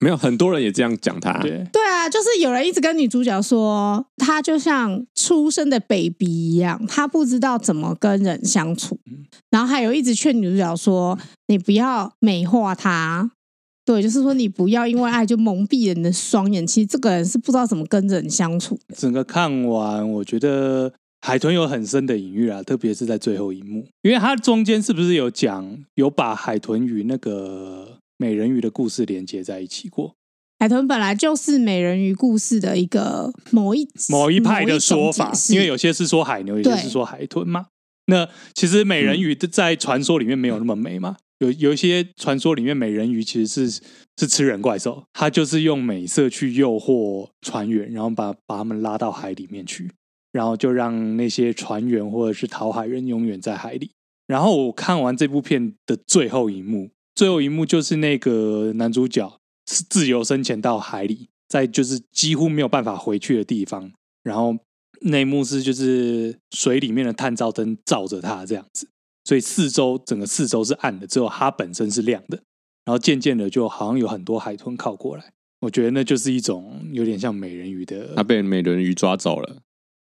Speaker 3: 没有很多人也这样讲他，
Speaker 2: 对，
Speaker 1: 对啊，就是有人一直跟女主角说，她就像出生的 baby 一样，她不知道怎么跟人相处。
Speaker 2: 嗯
Speaker 1: 然后还有一直劝女主角说，你不要美化她。对，就是说你不要因为爱就蒙蔽人的双眼。其实这个人是不知道怎么跟人相处的。
Speaker 2: 整个看完，我觉得海豚有很深的隐喻啊，特别是在最后一幕，因为它中间是不是有讲有把海豚与那个美人鱼的故事连接在一起过？
Speaker 1: 海豚本来就是美人鱼故事的一个某一
Speaker 2: 某一派的说法
Speaker 1: 某一种解，释
Speaker 2: 因为有些是说海牛，有些是说海豚嘛。那其实美人鱼
Speaker 1: 嗯
Speaker 2: 在传说里面没有那么美嘛。有有一些传说里面，美人鱼其实是是吃人怪兽，它就是用美色去诱惑船员，然后把把他们拉到海里面去，然后就让那些船员或者是讨海人永远在海里。然后我看完这部片的最后一幕，最后一幕就是那个男主角是自由深潜到海里，在就是几乎没有办法回去的地方，然后那一幕是就是水里面的探照灯照着他这样子，所以四周整个四周是暗的，只有他本身是亮的。然后渐渐的就好像有很多海豚靠过来，我觉得那就是一种有点像美人鱼的
Speaker 3: 他被美人鱼抓走了。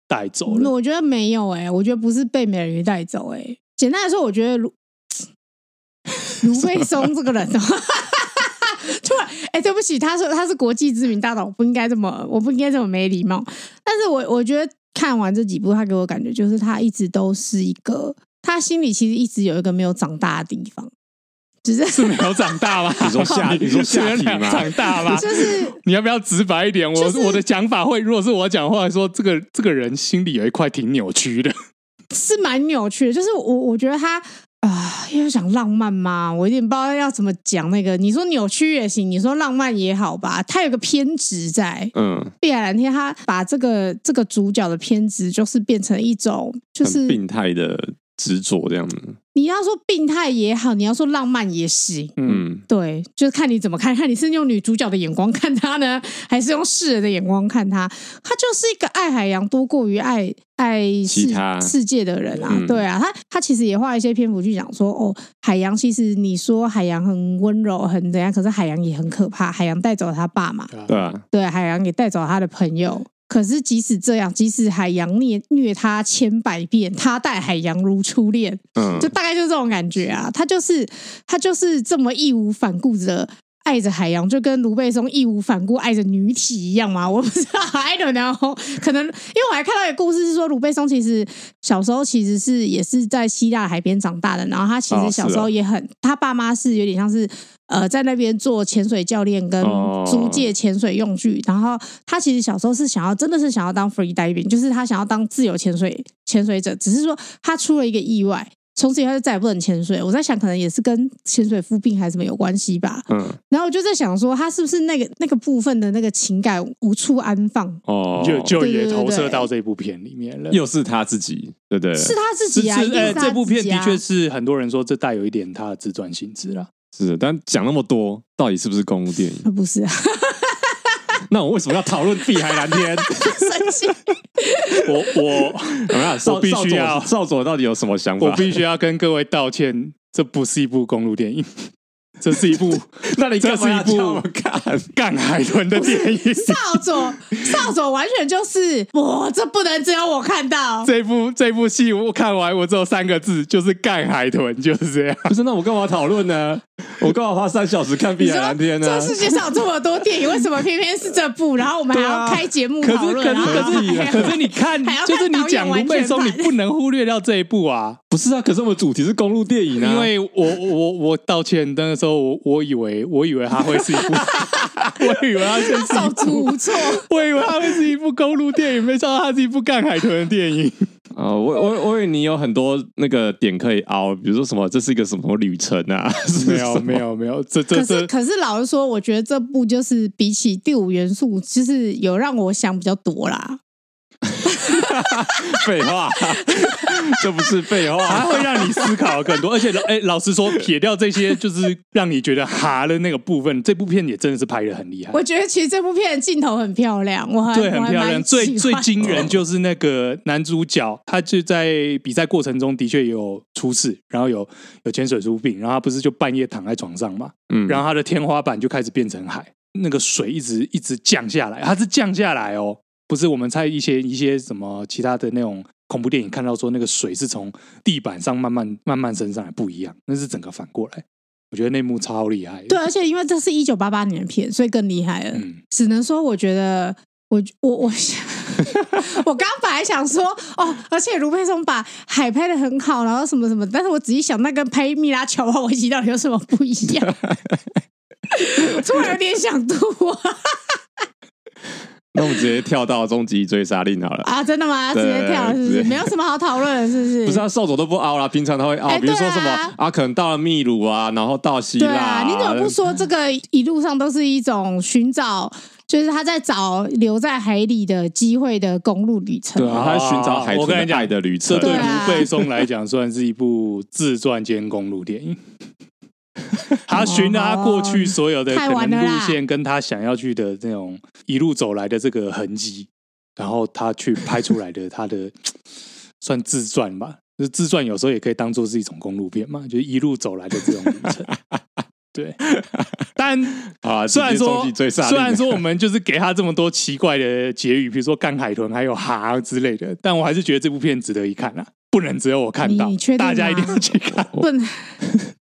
Speaker 2: 带走了。
Speaker 1: 嗯我觉得没有哎、我觉得不是被美人鱼带走哎、简单来说，我觉得卢 卢贝松这个人的话， 突然哎、对不起，他说他是国际知名大导，我不应该这么，我不应该这么没礼貌。但是我我觉得看完这几部，他给我感觉就是他一直都是一个，他心里其实一直有一个没有长大的地方，只是？
Speaker 2: 是没有长大吗？
Speaker 3: 你 说下你说下体吗
Speaker 2: 长大吗
Speaker 1: 就是
Speaker 2: 你要不要直白一点？我、
Speaker 1: 就是
Speaker 2: 我的讲法会，如果是我讲话说，这个这个人心里有一块挺扭曲的。
Speaker 1: 是蛮扭曲的，就是我我觉得他啊、要想浪漫嘛，我有点不知道要怎么讲那个。你说扭曲也行，你说浪漫也好吧，他有个偏执在。
Speaker 3: 嗯，
Speaker 1: 碧海蓝天，他把这个这个主角的偏执，就是变成一种，就
Speaker 3: 很
Speaker 1: 是
Speaker 3: 病态的执着这样子。
Speaker 1: 你要说病态也好，你要说浪漫也行。
Speaker 3: 嗯，
Speaker 1: 对，就是看你怎么看， 看你是用女主角的眼光看他呢，还是用世人的眼光看他？他就是一个爱海洋多过于爱爱世
Speaker 3: 其他
Speaker 1: 世界的人啊，
Speaker 3: 嗯
Speaker 1: 对啊，他他其实也花一些篇幅去讲说，哦，海洋其实你说海洋很温柔，很怎样，可是海洋也很可怕，海洋带走了他爸嘛，
Speaker 3: 对吧？
Speaker 1: 对，海洋也带走了他的朋友。可是即使这样，即使海洋虐虐他千百遍，他待海洋如初恋，
Speaker 3: 嗯
Speaker 1: 就，大概就是这种感觉啊。他就是他就是这么义无反顾的爱着海洋，就跟卢贝松义无反顾爱着女体一样嘛。 我不知道，I don't know，可 能因为我还看到一个故事是说，卢贝松其实小时候其实是也是在希腊海边长大的，然后他其
Speaker 3: 哦
Speaker 1: 实
Speaker 3: 是
Speaker 1: 小时候
Speaker 3: 哦
Speaker 1: 也很，他爸妈是有点像是。呃，在那边做潜水教练跟
Speaker 3: 哦
Speaker 1: 租借潜水用具，然后他其实小时候是想要，真的是想要当 free diving，就是他想要当自由潜水潜水者，只是说他出了一个意外，从此以后就再也不能潜水。我在想，可能也是跟潜水夫病还是什么有关系吧。
Speaker 3: 嗯，
Speaker 1: 然后我就在想说，他是不是那个那个部分的那个情感无处安放？
Speaker 3: 哦，
Speaker 2: 就就
Speaker 1: 对对
Speaker 2: 也
Speaker 1: 对
Speaker 2: 投射
Speaker 1: 对
Speaker 2: 到这部片里面了。
Speaker 3: 又是他自己，对不对？
Speaker 1: 是他自
Speaker 2: 是
Speaker 1: 己啊，一
Speaker 2: 是
Speaker 1: 定
Speaker 2: 呃
Speaker 1: 是他
Speaker 2: 这部片
Speaker 1: 自己
Speaker 2: 的
Speaker 1: 啊
Speaker 2: 确是很多人说这带有一点他的自传性质啦。
Speaker 3: 是的，但讲那么多，到底是不是公路电影？
Speaker 1: 啊 不是啊，
Speaker 3: 那我为什么要讨论《碧海蓝天》？
Speaker 1: 生 气。
Speaker 2: 我我
Speaker 3: 有没啊有？少
Speaker 2: 我必须要
Speaker 3: 少佐少佐到底有什么想法？
Speaker 2: 我必须要跟各位道歉，这不是一部公路电影， 这是一 部
Speaker 3: 那你
Speaker 2: 这
Speaker 3: 干
Speaker 2: 是
Speaker 3: 嘛
Speaker 2: 一
Speaker 3: 要叫我
Speaker 2: 部
Speaker 3: 看？啊
Speaker 2: 干海豚的电影。
Speaker 1: 少佐，少佐完全就是我，这不能只有我看到。
Speaker 2: 这部这部戏我看完，我只有三个字，就是干海豚，就是这样。
Speaker 3: 不是，那我干嘛讨论呢？我干嘛花三小时看《
Speaker 1: 你
Speaker 3: 碧海
Speaker 1: 说
Speaker 3: 蓝天》
Speaker 2: 啊
Speaker 1: 这
Speaker 3: 呢？
Speaker 1: 世界上有这么多电影，为什么偏偏是这部？ 然后我们还要
Speaker 3: 对啊
Speaker 1: 开节目
Speaker 2: 可
Speaker 1: 讨
Speaker 2: 是
Speaker 1: 论，啊
Speaker 2: 可
Speaker 1: 然后
Speaker 2: 是可是你
Speaker 1: 还要
Speaker 2: 可是你看
Speaker 1: 还要，看
Speaker 2: 就是你
Speaker 1: 导
Speaker 2: 讲
Speaker 1: 演
Speaker 2: 卢
Speaker 1: 完
Speaker 2: 贝
Speaker 1: 全
Speaker 2: 松，你
Speaker 1: 版
Speaker 2: 不能忽略掉这一部啊。
Speaker 3: 不是啊，可是我们主题是公路电影啊，
Speaker 2: 因为我我我道歉，那个时候我我以为我以为它会是一 部，我以为它是
Speaker 1: 手足无措。
Speaker 2: 我以为它会是一部公路电影，没想到它是一部干海豚的电影。
Speaker 3: 啊、我我我以为你有很多那个点可以凹，比如说什么这是一个什么旅程啊， 是
Speaker 2: 没有
Speaker 3: 什么
Speaker 2: 没，有没有，这这
Speaker 1: 可是
Speaker 2: 这
Speaker 1: 可是老实说，我觉得这部就是比起第五元素，就是有让我想比较多啦。
Speaker 3: 废话，这不是废
Speaker 2: 它
Speaker 3: 话。
Speaker 2: 会让你思考更 多，而且哎、老实说，撇掉这些就是让你觉得哈的那个部分，这部片也真的是拍的很厉害
Speaker 1: 我。觉得其实这部片的镜头很漂亮，我还
Speaker 2: 对，很
Speaker 1: 我还
Speaker 2: 漂亮。
Speaker 1: 蛮
Speaker 2: 最
Speaker 1: 喜欢
Speaker 2: 最惊人就是那个男主角，他就在比赛过程中的确有出事，然后有有潜水出病，然后他不是就半夜躺在床上嘛，
Speaker 3: 嗯，
Speaker 2: 然后他的天花板就开始变成海，那个水一直一直降下来，它是降下来哦，不是我们在一些一些什么其他的那种恐怖电影看到说那个水是从地板上慢慢慢慢升上来，不一样，那是整个反过来。我觉得那幕超厉害，
Speaker 1: 对，，而且因为这是一九八八年的片，所以更厉害了。
Speaker 2: 嗯，
Speaker 1: 只能说，我觉得我我我 我刚本来想说哦，而且卢佩松把海拍的很好，然后什么什么，但是我仔细想，那跟拍《蜜拉乔瓦维奇》到底有什么不一 样？突然有点想吐啊！
Speaker 3: 那我们直接跳到终极追杀令好了。
Speaker 1: 啊，真的吗？直接跳是不是？
Speaker 3: 对对
Speaker 1: 没有什么好讨论的，是不是？
Speaker 3: 不是啊，兽走都不凹啦，平常他会凹，
Speaker 1: 哎
Speaker 3: 比如说
Speaker 1: 对啊
Speaker 3: 什么啊，可能到了秘鲁啊，然后到希
Speaker 1: 对
Speaker 3: 腊、
Speaker 1: 啊，你怎么不说这个一路上都是一种寻找，就是他在找留在海里的机会的公路旅程？
Speaker 3: 对啊，他在寻找海
Speaker 2: 我跟你
Speaker 3: 豚的
Speaker 2: 讲
Speaker 3: 爱的旅
Speaker 2: 这
Speaker 3: 程。
Speaker 2: 对
Speaker 1: 对啊
Speaker 2: 卢贝松来讲算是一部自传兼公路电影。他寻了他过去所有的
Speaker 1: 哦太
Speaker 2: 可
Speaker 1: 晚了
Speaker 2: 能路
Speaker 1: 啦
Speaker 2: 线，跟他想要去的那种一路走来的这个痕迹，然后他去拍出来的他的算自传吧，就是自传有时候也可以当做是一种公路片嘛，就是一路走来的这种 旅程。对，但
Speaker 3: 啊，
Speaker 2: 虽然
Speaker 3: 直接终极追
Speaker 2: 说，
Speaker 3: 杀
Speaker 2: 虽
Speaker 3: 令
Speaker 2: 然说我们就是给他这么多奇怪的结语，比如说干海豚，还有蛤之类的，但我还是觉得这部片值得一看啊，不能只有我看到
Speaker 1: 你确，定吗
Speaker 2: 大家一定要去 看，
Speaker 1: 不能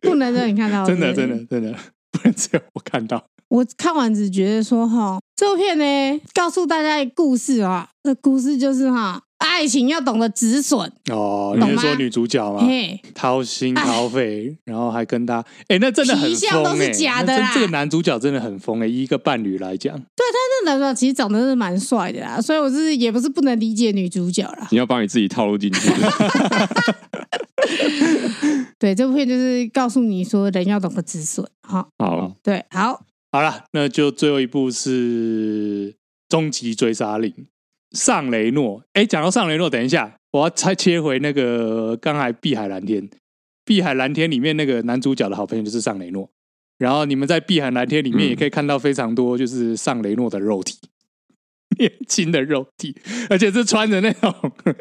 Speaker 1: 不能让你看到，
Speaker 2: 真的，
Speaker 1: 对
Speaker 2: 真的，真的不能只有我看到。
Speaker 1: 我看完只觉得说哈，这部片呢，告诉大家一个故事啊，这故事就是哈，爱情要懂得止损，
Speaker 2: 哦，你
Speaker 1: 懂
Speaker 2: 是
Speaker 1: 吗
Speaker 2: 说女主角吗？
Speaker 1: 嘿，
Speaker 2: 掏心掏肺，然后还跟他，哎，那真的很
Speaker 1: 皮相都
Speaker 2: 疯
Speaker 1: 是
Speaker 2: 哎，
Speaker 1: 假
Speaker 2: 那
Speaker 1: 的
Speaker 2: 真
Speaker 1: 啦
Speaker 2: 这个男主角真的很疯哎，以一个伴侣来讲，
Speaker 1: 这男主角其实长得是蛮帅的啦，所以我是也不是不能理解女主角啦。
Speaker 3: 你要把你自己套路 进去。
Speaker 1: 对，这部片就是告诉你说人要懂得止损，哈，
Speaker 3: 好，
Speaker 1: 对，好，
Speaker 2: 好了，那就最后一部是《终极追杀令》。尚雷诺，哎，讲到尚雷诺，等一下，我要拆切回那个刚才《碧海蓝天》，《碧海蓝天》里面那个男主角的好朋友就是尚雷诺，然后你们在《碧海蓝天》里面
Speaker 3: 嗯
Speaker 2: 也可以看到非常多就是尚雷诺的肉体， 年轻的肉体，而且是穿着那种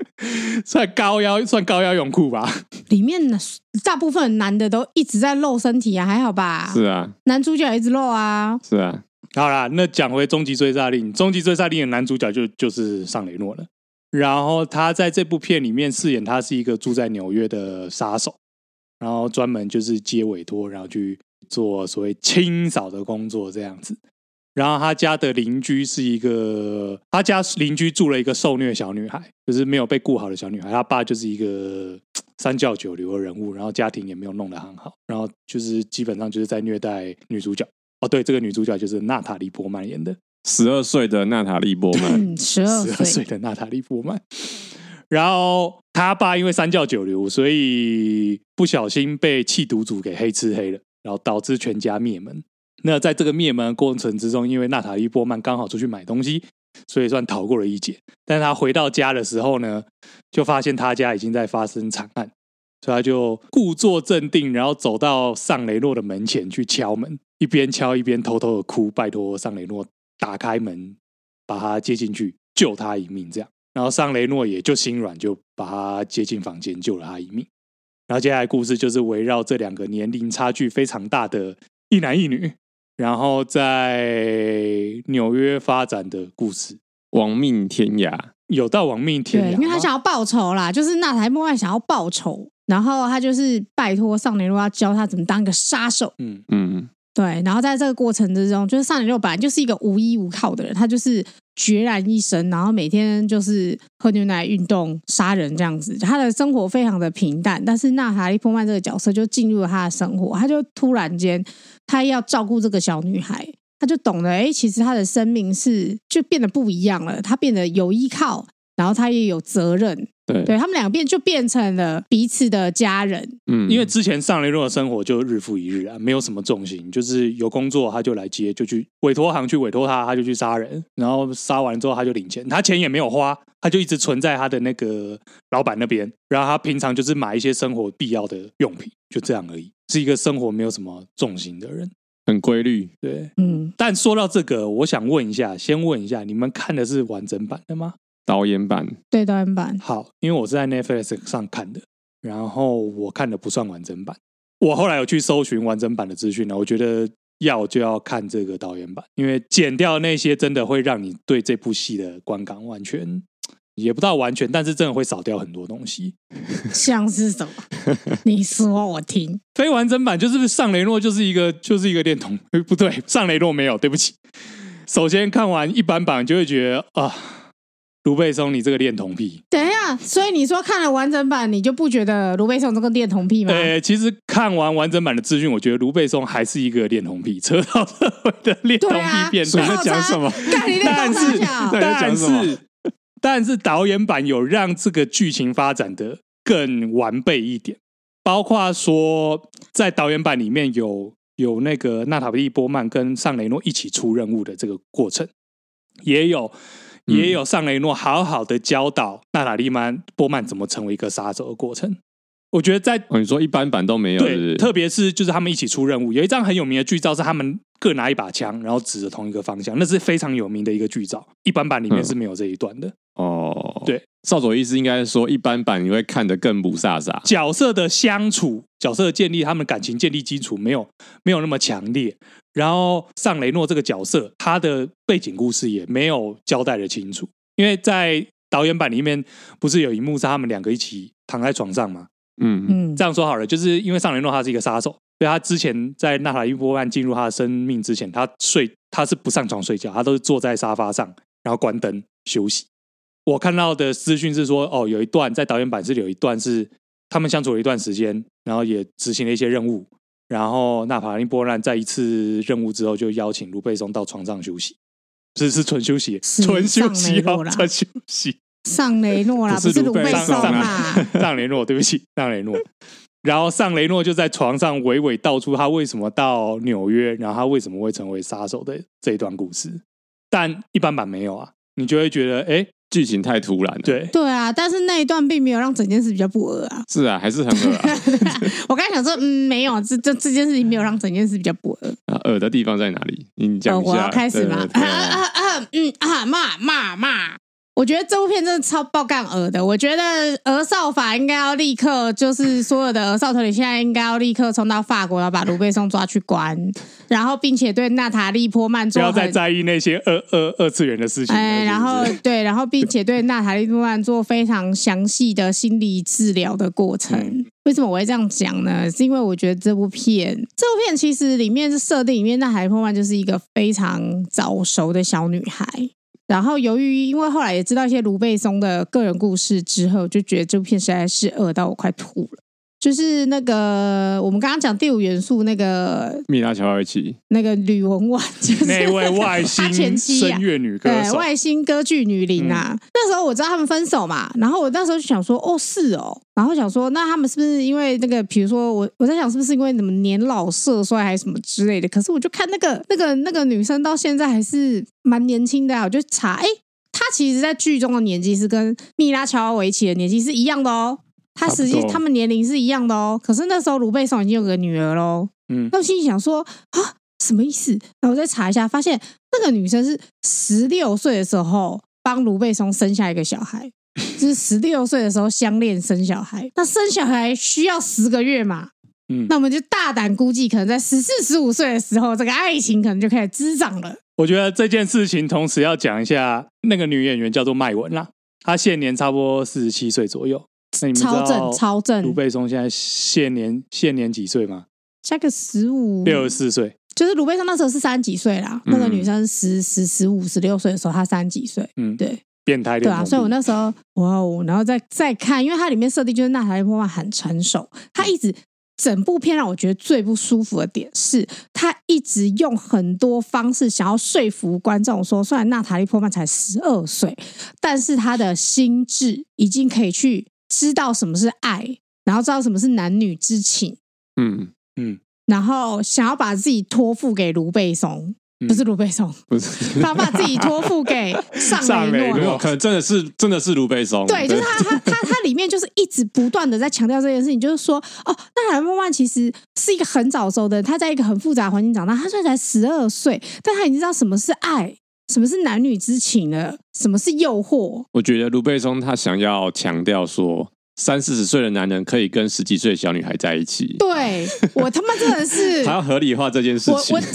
Speaker 2: 算高腰算高腰泳裤吧，
Speaker 1: 里面呢大部分男的都一直在露身体啊，还好吧？
Speaker 3: 是啊，
Speaker 1: 男主角一直露啊，
Speaker 3: 是啊，
Speaker 2: 好啦，那讲回《终极追杀令》，《终极追杀令》的男主角就就是尚雷诺了。然后他在这部片里面饰演他是一个住在纽约的杀手，然后专门就是接委托，然后去做所谓清扫的工作这样子。然后他家的邻居是一个，他家邻居住了一个受虐小女孩，就是没有被顾好的小女孩。他爸就是一个三教九流的人物，然后家庭也没有弄得很好，然后就是基本上就是在虐待女主角。哦，对，这个女主角就是娜塔莉波曼演的，
Speaker 3: 十二岁的娜塔莉波曼，
Speaker 1: 嗯，十
Speaker 2: 十
Speaker 1: 二
Speaker 2: 二岁
Speaker 1: 岁，
Speaker 2: 的娜塔莉波曼。然后他爸因为三教九流，所以不小心被弃毒组给黑吃黑了，然后导致全家灭门。那在这个灭门的过程之中，因为娜塔莉波曼刚好出去买东西，所以算逃过了一劫。但他回到家的时候呢，就发现他家已经在发生惨案，所以他就故作镇定，然后走到尚雷诺的门前去敲门，一边敲一边偷偷的哭，拜托尚雷诺打开门，把他接进去，救他一命。这样，然后尚雷诺也就心软，就把他接进房间，救了他一命。然后接下来故事就是围绕这两个年龄差距非常大的一男一女，然后在纽约发展的故事，
Speaker 3: 亡命天涯。
Speaker 2: 有到亡命天涯
Speaker 1: 对，
Speaker 2: 吗，
Speaker 1: 因为他想要报仇啦，就是娜台莫爱想要报仇，然后他就是拜托尚雷诺要教他怎么当一个杀手，
Speaker 2: 嗯，
Speaker 3: 嗯，
Speaker 1: 对，然后在这个过程之中，就是尚雷诺本来就是一个无依无靠的人，他就是孑然一身，然后每天就是喝牛奶、运动、杀人这样子，他的生活非常的平淡。但是娜塔莉·波曼这个角色就进入了他的生活，他就突然间，他要照顾这个小女孩，他就懂得，哎，其实他的生命是就变得不一样了，他变得有依靠，然后他也有责任，
Speaker 3: 对，
Speaker 1: 对他们两边就变成了彼此的家人。
Speaker 3: 嗯，
Speaker 2: 因为之前上雷诺的生活就日复一日啊，没有什么重心，就是有工作他就来接，就去委托行去委托他，他就去杀人，然后杀完之后他就领钱，他钱也没有花，他就一直存在他的那个老板那边，然后他平常就是买一些生活必要的用品，就这样而已，是一个生活没有什么重心的人。
Speaker 3: 很规律，
Speaker 2: 对，
Speaker 1: 嗯，
Speaker 2: 但说到这个，我想问一下，先问一下，你们看的是完整版的吗？
Speaker 3: 导演版
Speaker 1: 对，导演版
Speaker 2: 好，因为我是在 Netflix 上看的，然后我看的不算完整版。我后来有去搜寻完整版的资讯呢，我觉得要就要看这个导演版，因为剪掉那些真的会让你对这部戏的观感完全也不到完全，但是真的会少掉很多东西。
Speaker 1: 像是什么？ 你说我听。
Speaker 2: 非完整版就是上雷诺就是一个就是一个恋童， 诶不对，上雷诺没有，对不起。首先看完一般版就会觉得啊，卢贝松你这个恋童癖，
Speaker 1: 等一下，所以你说看了完整版，你就不觉得卢贝松这个恋童癖吗？
Speaker 2: 呃，其实看完完整版的资讯，我觉得卢贝松还是一个恋童癖，扯到社会的恋童
Speaker 1: 对
Speaker 2: 癖
Speaker 1: 啊，
Speaker 2: 变
Speaker 3: 所以
Speaker 2: 态。
Speaker 3: 在讲什么
Speaker 1: 干你那
Speaker 2: 但
Speaker 1: 个
Speaker 2: 是，
Speaker 1: 小
Speaker 3: 对在
Speaker 2: 但
Speaker 3: 讲什么
Speaker 2: 是，但是导演版有让这个剧情发展的更完备一点，包括说在导演版里面有有那个纳塔利波曼跟尚雷诺一起出任务的这个过程，也有。
Speaker 3: 嗯
Speaker 2: 也有尚雷诺好好的教导纳塔利曼波曼怎么成为一个杀手的过程。我觉得在
Speaker 3: 哦，你说一般版都没有，是不
Speaker 2: 对，
Speaker 3: 是
Speaker 2: 特别是就是他们一起出任务，有一张很有名的剧照是他们各拿一把枪，然后指着同一个方向，那是非常有名的一个剧照。一般版里面
Speaker 3: 嗯
Speaker 2: 是没有这一段的。
Speaker 3: 哦，
Speaker 2: 对，
Speaker 3: 少佐意思应该是说一般版你会看得更不飒飒，
Speaker 2: 角色的相处、角色的建立、他们感情建立基础没有没有那么强烈。然后尚雷诺这个角色，他的背景故事也没有交代的清楚，因为在导演版里面不是有一幕是他们两个一起躺在床上吗？
Speaker 3: 嗯，
Speaker 1: 嗯，
Speaker 2: 这样说好了，就是因为上雷诺他是一个杀手，所以他之前在纳塔利波曼进入他的生命之前，他睡他是不上床睡觉，他都是坐在沙发上，然后关灯休息。我看到的资讯是说，哦，有一段在导演版是有一段是他们相处了一段时间，然后也执行了一些任务，然后纳塔利波曼在一次任务之后就邀请卢贝松到床上休息，是是纯休息，
Speaker 1: 是
Speaker 2: 纯休息
Speaker 1: 嗯上雷诺
Speaker 2: 哦，
Speaker 1: 啦
Speaker 2: 纯休息。
Speaker 1: 上雷诺啦，
Speaker 3: 不是
Speaker 1: 不是
Speaker 3: 卢
Speaker 1: 卢
Speaker 3: 贝
Speaker 1: 贝
Speaker 3: 松
Speaker 1: 松
Speaker 2: 啊
Speaker 1: 啦。
Speaker 2: 上雷诺，对不起，上雷诺。然后上雷诺就在床上娓娓道出他为什么到纽约，然后他为什么会成为杀手的这一段故事。但一般版没有啊，你就会觉得，哎，
Speaker 3: 剧情太突然了，，
Speaker 2: 对，
Speaker 1: 对啊，但是那一段并没有让整件事比较不恶 啊。
Speaker 3: 是啊，还是很恶 啊
Speaker 1: 我刚才想说，嗯，没有，这这这件事情没有让整件事比较不恶。
Speaker 3: 啊，恶的地方在哪里？你
Speaker 1: 呃
Speaker 3: 讲
Speaker 2: 哦
Speaker 3: 一
Speaker 1: 我
Speaker 3: 下，
Speaker 1: 要开始
Speaker 3: 对
Speaker 1: 吗？
Speaker 3: 对对
Speaker 1: 嗯啊，骂骂骂！我觉得这部片真的超爆干鹅的。我觉得鹅少法应该要立刻，就是所有的鹅少团体现在应该要立刻冲到法国，然后把卢贝松抓去关，然后并且对娜塔莉波曼
Speaker 2: 不
Speaker 1: 做
Speaker 2: 要再
Speaker 1: 很
Speaker 2: 在意那些二二二次元的事情了。
Speaker 1: 哎，然后
Speaker 2: 是 不是
Speaker 1: 对，然后并且对娜塔莉波曼做非常详细的心理治疗的过程。
Speaker 2: 嗯
Speaker 1: 为什么我会这样讲呢？是因为我觉得这部片，这部片其实里面是设定里面，娜塔莉波曼就是一个非常早熟的小女孩。然后由于因为后来也知道一些卢贝松的个人故事之后，就觉得这部片实在是恶到我快吐了。就是那个我们刚刚讲第五元素那个
Speaker 3: 米拉乔维奇，
Speaker 1: 那个吕文婉，就是
Speaker 2: 那位外
Speaker 1: 她前
Speaker 2: 星
Speaker 1: 妻啊
Speaker 2: 声乐女歌
Speaker 1: 对，
Speaker 2: 手，嗯
Speaker 1: 外星歌剧女伶啊、那时候我知道他们分手嘛，然后我那时候就想说，哦，是哦，然后想说，那他们是不是因为那个，比如说我我在想，是不是因为什么年老色衰还是什么之类的？可是我就看那个那个那个女生到现在还是蛮年轻的、啊，我就查，哎，她其实在剧中的年纪是跟蜜拉乔维奇的年纪是一样的哦。她实
Speaker 3: 差
Speaker 1: 际
Speaker 3: 不多
Speaker 1: 他们年龄是一样的哦，可是那时候卢贝松已经有个女儿喽。
Speaker 2: 嗯，
Speaker 1: 那我心里想说啊，什么意思？然后我再查一下，发现那个女生是十六岁的时候帮卢贝松生下一个小孩，就是十六岁的时候相恋生小孩。那生小孩需要十个月嘛？
Speaker 2: 嗯
Speaker 1: 那我们就大胆估计，可能在十四、十五岁的时候，这个爱情可能就开始滋长了。
Speaker 2: 我觉得这件事情同时要讲一下，那个女演员叫做麦文啦，她现年差不多四十七岁左右。那你们知
Speaker 1: 超
Speaker 2: 道
Speaker 1: 正，超
Speaker 2: 卢
Speaker 1: 正，
Speaker 2: 贝松现在现年现年几岁吗？
Speaker 1: 加个十五，
Speaker 2: 六十四岁。
Speaker 1: 就是卢贝松那时候是三十几岁啦，
Speaker 3: 嗯
Speaker 1: 那个女生十十十五十六岁的时候，她三十几岁，
Speaker 2: 嗯，
Speaker 1: 对
Speaker 2: 变态
Speaker 1: 对
Speaker 2: 恋童
Speaker 1: 啊，
Speaker 2: 癖
Speaker 1: 所以我那时候哇哦，然后再再看，因为它里面设定就是娜塔莉波曼很成熟，她一直整部片让我觉得最不舒服的点是，他一直用很多方式想要说服观众说，虽然娜塔莉波曼才十二岁，但是她的心智已经可以去知道什么是爱，然后知道什么是男女之情，
Speaker 3: 嗯，
Speaker 2: 嗯，
Speaker 1: 然后想要把自己托付给卢贝松，
Speaker 2: 嗯
Speaker 1: 不是卢贝松，
Speaker 3: 不是，
Speaker 1: 他把自己托付给
Speaker 2: 尚
Speaker 1: 上雷
Speaker 2: 雷诺
Speaker 1: 诺
Speaker 3: 没。哦有，可能真的是真的是卢贝松，
Speaker 1: 对，就是他他他他里面就是一直不断的在强调这件事情，就是说哦，那兰梦曼其实是一个很早熟的人，他在一个很复杂的环境长大，他虽然才十二岁，但他已经知道什么是爱，什么是男女之情了，什么是诱惑。
Speaker 3: 我觉得卢贝松他想要强调说，三四十岁的男人可以跟十几岁的小女孩在一起，
Speaker 1: 对我 他妈真的是
Speaker 3: 他要合理化这件事
Speaker 1: 我
Speaker 3: 情
Speaker 1: 我。这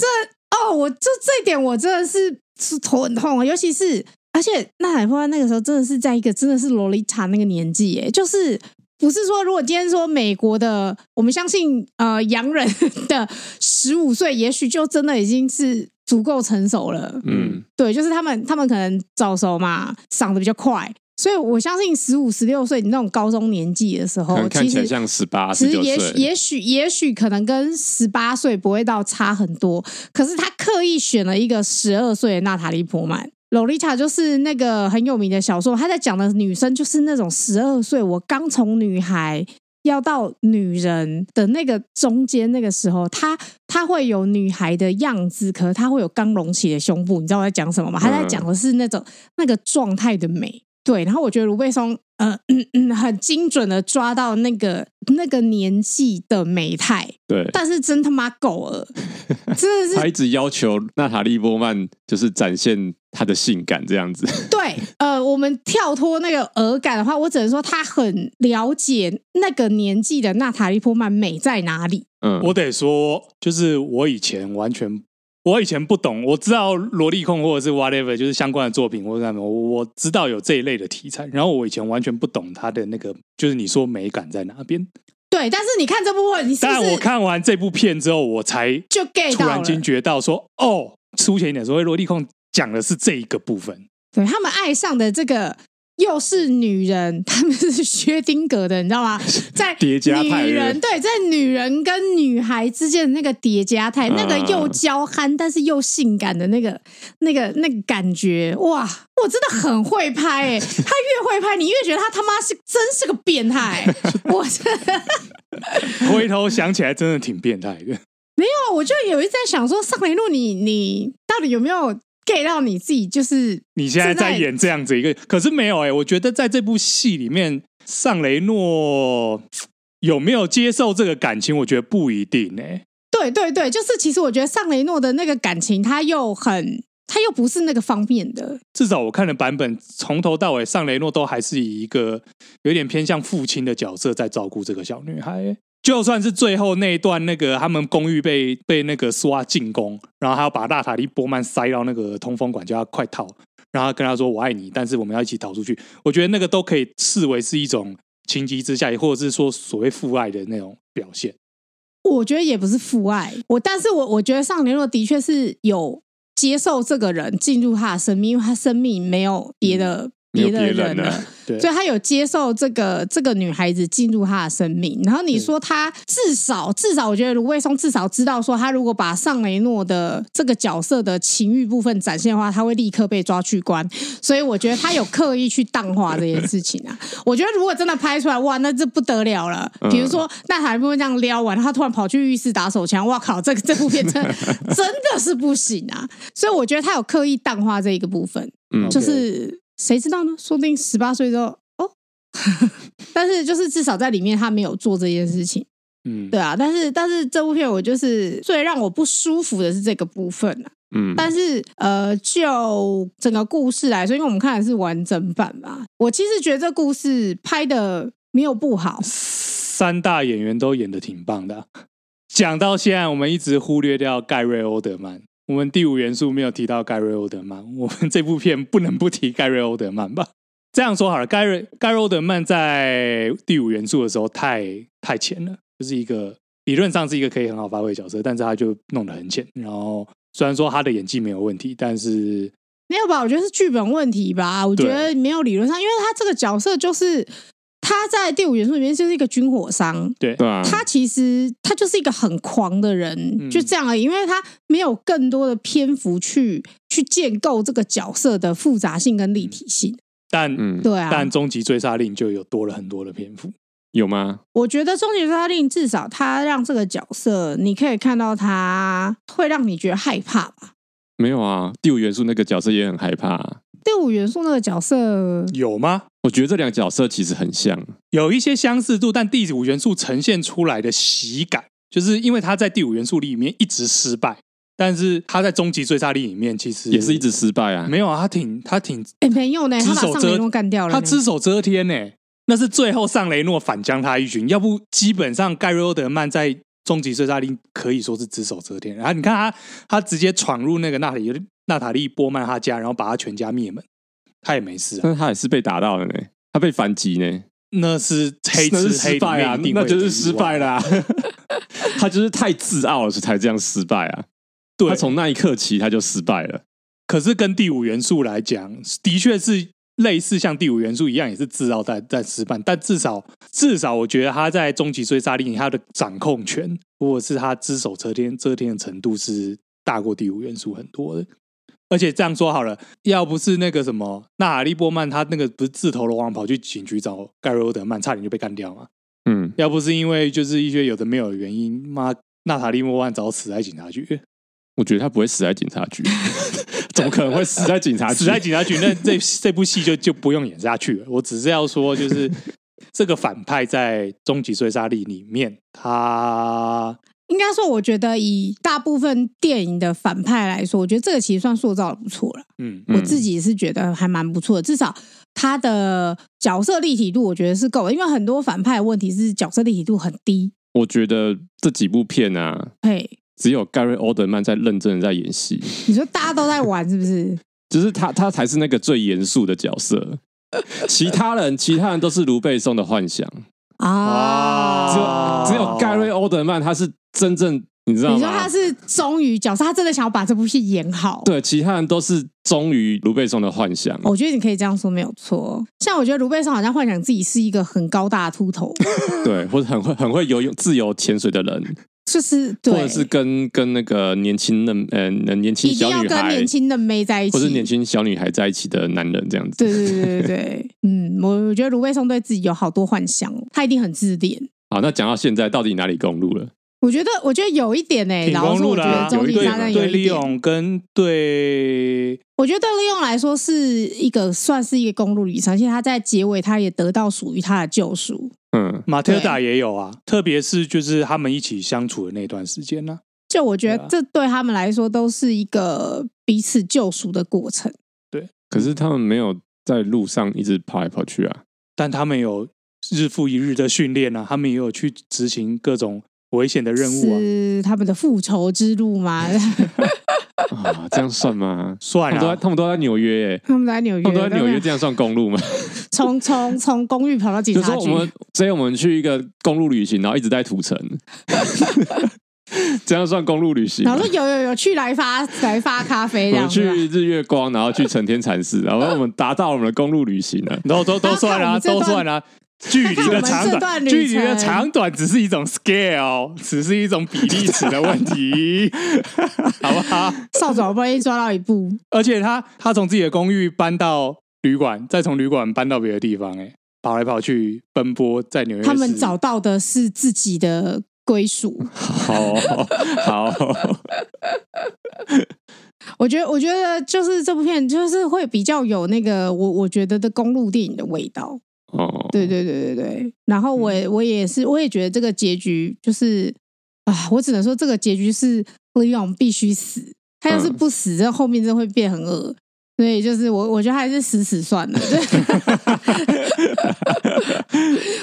Speaker 1: 哦，我这这一点我真的是是头很痛啊，尤其是而且那海波那个时候真的是在一个真的是洛丽塔那个年纪耶，就是。不是说，如果今天说美国的，我们相信呃洋人 的十五岁，也许就真的已经是足够成熟了。
Speaker 3: 嗯，
Speaker 1: 对，就是他们他们可能早熟嘛，长得比较快，所以我相信十五、十六岁你那种高中年纪的时
Speaker 3: 可能
Speaker 1: 候，
Speaker 3: 看
Speaker 1: 哦其
Speaker 3: 起
Speaker 1: 实
Speaker 3: 来像十八、
Speaker 1: 其
Speaker 3: 十
Speaker 1: 实
Speaker 3: 九
Speaker 1: 也许
Speaker 3: 岁，
Speaker 1: 也许也许可能跟十八岁不会到差很多，可是他刻意选了一个十二岁的娜塔莉波曼。洛丽塔就是那个很有名的小说，他在讲的女生就是那种十二岁，我刚从女孩要到女人的那个中间那个时候，她她会有女孩的样子，可是她会有刚隆起的胸部，你知道我在讲什么吗？
Speaker 2: 嗯
Speaker 1: 他在讲的是那种那个状态的美。对，然后我觉得卢贝松，呃，嗯嗯，很精准的抓到那个那个年纪的美态，
Speaker 3: 对。
Speaker 1: 但是真他妈狗 儿，真的
Speaker 3: 他
Speaker 2: 哎
Speaker 1: 是
Speaker 3: 一直要求娜塔莉波曼就是展现她的性感这样子，
Speaker 1: 对，呃，我们跳脱那个儿感的话，我只能说他很了解那个年纪的娜塔莉波曼美在哪里。
Speaker 3: 嗯，
Speaker 2: 我得说，就是我以前完全，我以前不懂，我知道萝莉控或者是 whatever，就是相关的作品或者干嘛，我我知道有这一类的题材，然后我以前完全不懂它的那个，就是你说美感在哪边。
Speaker 1: 对，但是你看这部分，你是不
Speaker 2: 但我
Speaker 1: 是
Speaker 2: 看完这部片之后，我才
Speaker 1: 就 get
Speaker 2: 突
Speaker 1: 到
Speaker 2: 然
Speaker 1: 了？
Speaker 2: 惊觉到说，哦，粗浅一点说，萝莉控讲的是这一个部 分。
Speaker 1: 对他们爱上的这个又是女人，他们是薛丁格的，你知道吗？ 在
Speaker 3: 叠加态
Speaker 1: 女人对，在女人跟女孩之间的那个叠加态，
Speaker 3: 嗯
Speaker 1: 那个又娇憨但是又性感的那个、那个、那个感觉，哇！我真的很会拍诶、他越会拍，你越觉得他他妈是真是个变态、欸 我真的
Speaker 2: 回头想起来，真的挺变态的。
Speaker 1: 没有，我就有一直在想说，上雷路你你到底有没有 get 到你自己？就是
Speaker 2: 你现在在演这样子一个，可是没有哎、我觉得在这部戏里面，尚雷诺有没有接受这个感情，我觉得不一定哎、
Speaker 1: 对对对，就是其实我觉得尚雷诺的那个感情，他又很，他又不是那个方面的，
Speaker 2: 至少我看的版本，从头到尾，尚雷诺都还是以一个有点偏向父亲的角色在照顾这个小女孩欸。就算是最后那一段，那个他们公寓被被那个苏阿进攻，然后他要把娜塔莉波曼塞到那个通风管，叫他快逃，然后他跟他说我爱你，但是我们要一起逃出去。我觉得那个都可以视为是一种情急之下，或者是说所谓父爱的那种表现。
Speaker 1: 我觉得也不是父爱。我，但是我我觉得尚雷诺的确是有接受这个人进入他的生命，因为他生命没有别的、
Speaker 3: 嗯没有
Speaker 1: 的
Speaker 3: 别
Speaker 1: 人
Speaker 3: 人了，
Speaker 2: 对，
Speaker 1: 所以他有接受这个这个女孩子进入他的生命。然后你说他至少至少，我觉得卢卫松至少知道说，他如果把尚雷诺的这个角色的情欲部分展现的话，他会立刻被抓去关。所以我觉得他有刻意去淡化这件事情啊。 我觉得如果真的拍出来，哇，那这不得了了。比如说，那海波这样撩完，他突然跑去浴室打手枪，哇靠，这个这部片真的真的是不行啊。所以我觉得他有刻意淡化这一个部分。
Speaker 3: 嗯
Speaker 1: 就是谁知道呢？说不定十八岁之后哦， 但是就是至少在里面他没有做这件事情，
Speaker 2: 嗯
Speaker 1: 对，啊。但是但是这部片我就是最让我不舒服的是这个部分啊。
Speaker 3: 嗯，
Speaker 1: 但是呃，就整个故事来说，因为我们看的是完整版嘛，我其实觉得这故事拍的没有不好，
Speaker 2: 三大演员都演的挺棒的啊、讲到现在，我们一直忽略掉盖瑞·欧德曼，我们第五元素没有提到盖瑞·欧德曼，我们这部片不能不提盖瑞·欧德曼吧？这样说好了，盖瑞盖瑞·欧德曼在第五元素的时候太太浅了，就是一个理论上是一个可以很好发挥的角色，但是他就弄得很浅。然后虽然说他的演技没有问题，但是
Speaker 1: 没有吧？我觉得是剧本问题吧。我觉
Speaker 2: 对
Speaker 1: 得没有理论上，因为他这个角色就是他在《第五元素》里面就是一个军火商，
Speaker 2: 对
Speaker 3: 对啊，
Speaker 1: 他其实他就是一个很狂的人，
Speaker 2: 嗯
Speaker 1: 就这样而已，因为他没有更多的篇幅去去建构这个角色的复杂性跟立体性。
Speaker 2: 但、
Speaker 3: 嗯，
Speaker 1: 对啊，
Speaker 2: 但终极追杀令就有多了很多的篇幅，
Speaker 3: 有吗？
Speaker 1: 我觉得《终极杀令》至少他让这个角色，你可以看到他会让你觉得害怕吧。
Speaker 3: 没有啊，第五元素那个角色也很害怕啊、
Speaker 1: 第五元素那个角色，
Speaker 2: 有吗？
Speaker 3: 我觉得这两个角色其实很像，
Speaker 2: 有一些相似度，但第五元素呈现出来的喜感，就是因为他在第五元素里面一直失败，但是他在终极追杀令里面其实
Speaker 3: 也是一直失败啊。
Speaker 2: 没有啊，他挺他挺
Speaker 1: 哎、没有呢，
Speaker 2: 只
Speaker 1: 他把
Speaker 2: 手
Speaker 1: 上雷诺
Speaker 2: 遮
Speaker 1: 干掉了呢，
Speaker 2: 他只手遮天呢、那是最后上雷诺反将他一军，要不基本上盖瑞欧德曼在终极追杀令可以说是只手遮天。然后你看他，他直接闯入那个娜塔莉娜塔莉波曼他家，然后把他全家灭门，他也没事啊。
Speaker 3: 但是他也是被打到了呢，他被反击呢，
Speaker 2: 那是黑
Speaker 3: 那
Speaker 2: 吃
Speaker 3: 是
Speaker 2: 黑
Speaker 3: 失
Speaker 2: 里
Speaker 3: 败
Speaker 2: 面
Speaker 3: 啊
Speaker 2: 一，定会
Speaker 3: 那就
Speaker 2: 有
Speaker 3: 是
Speaker 2: 意
Speaker 3: 失
Speaker 2: 外
Speaker 3: 败。啦、他就是太自傲了，所以才这样失败啊。
Speaker 2: 对
Speaker 3: 他，从那一刻起他就失败了。
Speaker 2: 可是跟第五元素来讲，的确是类似像第五元素一样，也是自傲在在失败，但至少至少我觉得他在终极追杀令他的掌控权，或者是他只手遮天遮天的程度是大过第五元素很多的。而且这样说好了，要不是那个什么纳尔利波曼，他那个不是自投罗网跑去警局找盖瑞欧德曼，差点就被干掉嘛。
Speaker 3: 嗯，
Speaker 2: 要不是因为就是一些有的没有的原因，妈娜塔莉波曼早死在警察局。
Speaker 3: 我觉得他不会死在警察局， 怎么可能会死在警察局？
Speaker 2: 死在警察局，那这这部戏就就不用演下去了。我只是要说，就是这个反派在《终极追杀令》里面，他
Speaker 1: 应该说，我觉得以大部分电影的反派来说，我觉得这个其实算塑造的不错了。
Speaker 2: 嗯，
Speaker 3: 嗯
Speaker 1: 我自己是觉得还蛮不错的，至少他的角色立体度我觉得是够的，因为很多反派的问题是角色立体度很低。
Speaker 3: 我觉得这几部片啊，
Speaker 1: 嘿，
Speaker 3: 只有盖瑞·欧德曼在认真的在演戏，
Speaker 1: 你说大家都在玩是不是？
Speaker 3: 就是他，他才是那个最严肃的角色。其他人，其他人都是卢贝松的幻想，只有、
Speaker 1: 啊，
Speaker 2: 哦
Speaker 3: 只有盖瑞·欧德曼，他是真正你知道吗？
Speaker 1: 你说他是忠于角色，他真的想要把这部戏演好。
Speaker 3: 对，其他人都是忠于卢贝松的幻想。
Speaker 1: 我觉得你可以这样说没有错。像我觉得卢贝松好像幻想自己是一个很高大的秃 头，
Speaker 3: 对，或者很会很会游泳、自由潜水的人，
Speaker 1: 就是
Speaker 3: 或
Speaker 1: 对，
Speaker 3: 者是跟跟那个年轻嫩呃年轻
Speaker 1: 一定
Speaker 3: 小
Speaker 1: 要
Speaker 3: 女
Speaker 1: 跟
Speaker 3: 孩，
Speaker 1: 年轻的妹在一起，
Speaker 3: 或是年轻小女孩在一起的男人这样子。
Speaker 1: 对对对对 对，嗯，我我觉得卢贝松对自己有好多幻想哦，他一定很自恋。
Speaker 3: 好，那讲到现在，到底哪里公路了？
Speaker 1: 我觉得，我觉得有一点哎、
Speaker 2: 挺
Speaker 1: 然后
Speaker 2: 公
Speaker 1: 说
Speaker 2: 路
Speaker 1: 我觉
Speaker 2: 的
Speaker 1: 得
Speaker 2: 啊。
Speaker 1: 终
Speaker 3: 有一
Speaker 1: 极
Speaker 3: 点
Speaker 1: 杀
Speaker 3: 啊
Speaker 1: 人
Speaker 2: 对
Speaker 1: 有
Speaker 2: 对，
Speaker 1: 一
Speaker 2: 利
Speaker 1: 点，
Speaker 2: 用跟对
Speaker 1: 我觉得对利用来说是一个算是一个公路旅程，而且他在结尾他也得到属于他的救赎。
Speaker 3: 嗯，
Speaker 2: 马特达也有啊，特别是就是他们一起相处的那段时间呢、
Speaker 1: 就我觉得
Speaker 2: 对啊
Speaker 1: 这对他们来说都是一个彼此救赎的过程。
Speaker 3: 可是他们没有在路上一直跑来跑去啊。
Speaker 2: 但他们有日复一日的训练啊，他们也有去执行各种危险的任务啊，？
Speaker 1: 是他们的复仇之路吗？
Speaker 3: 啊，这样算吗
Speaker 2: 算
Speaker 3: 他们都
Speaker 2: 了、啊
Speaker 3: 在，他们都在纽约、欸，
Speaker 1: 他们都在纽约，
Speaker 3: 他们都在纽约，
Speaker 1: 对吧
Speaker 3: 这样算公路吗？
Speaker 1: 从从从公寓跑到警
Speaker 3: 有时
Speaker 1: 察
Speaker 3: 候我
Speaker 1: 局。
Speaker 3: 们，所以我们去一个公路旅行，然后一直 在土城，这样算公路旅行吗
Speaker 1: 然？后说有有有去来发来发咖啡
Speaker 3: 我
Speaker 1: 这
Speaker 3: 们
Speaker 1: 样
Speaker 3: 去
Speaker 1: 子吧。
Speaker 3: 日月光，然后去成天禅寺，然后我们达到我们的公路旅行了。
Speaker 2: 都都都算了、
Speaker 1: 他
Speaker 2: 啊，
Speaker 1: 看我们这段
Speaker 2: 都算了啊、距离的
Speaker 1: 他看我
Speaker 2: 长
Speaker 1: 们这段
Speaker 2: 短，
Speaker 1: 旅
Speaker 2: 距离的
Speaker 1: 程
Speaker 2: 长短只是一种 scale，只是一种比例尺的 问题，好不好？
Speaker 1: 扫帚好不容易抓到一部，
Speaker 2: 而且他他从自己的公寓搬到旅馆，再从旅馆搬到别的地方、哎，跑来跑去奔波在纽约市。
Speaker 1: 他们找到的是自己的归属。
Speaker 3: 好
Speaker 2: 哦
Speaker 3: 好，
Speaker 1: 我觉得，我觉得就是这部片就是会比较有那个我我觉得的公路电影的味道。
Speaker 3: 哦，
Speaker 1: 对对对对对。然后我也我也是，我也觉得这个结局就是啊，我只能说这个结局是 Leon 必须死，他要是
Speaker 3: 嗯
Speaker 1: 不死，这后面真的会变很恶。所以就是我，我觉得还是死死算了。对 我那时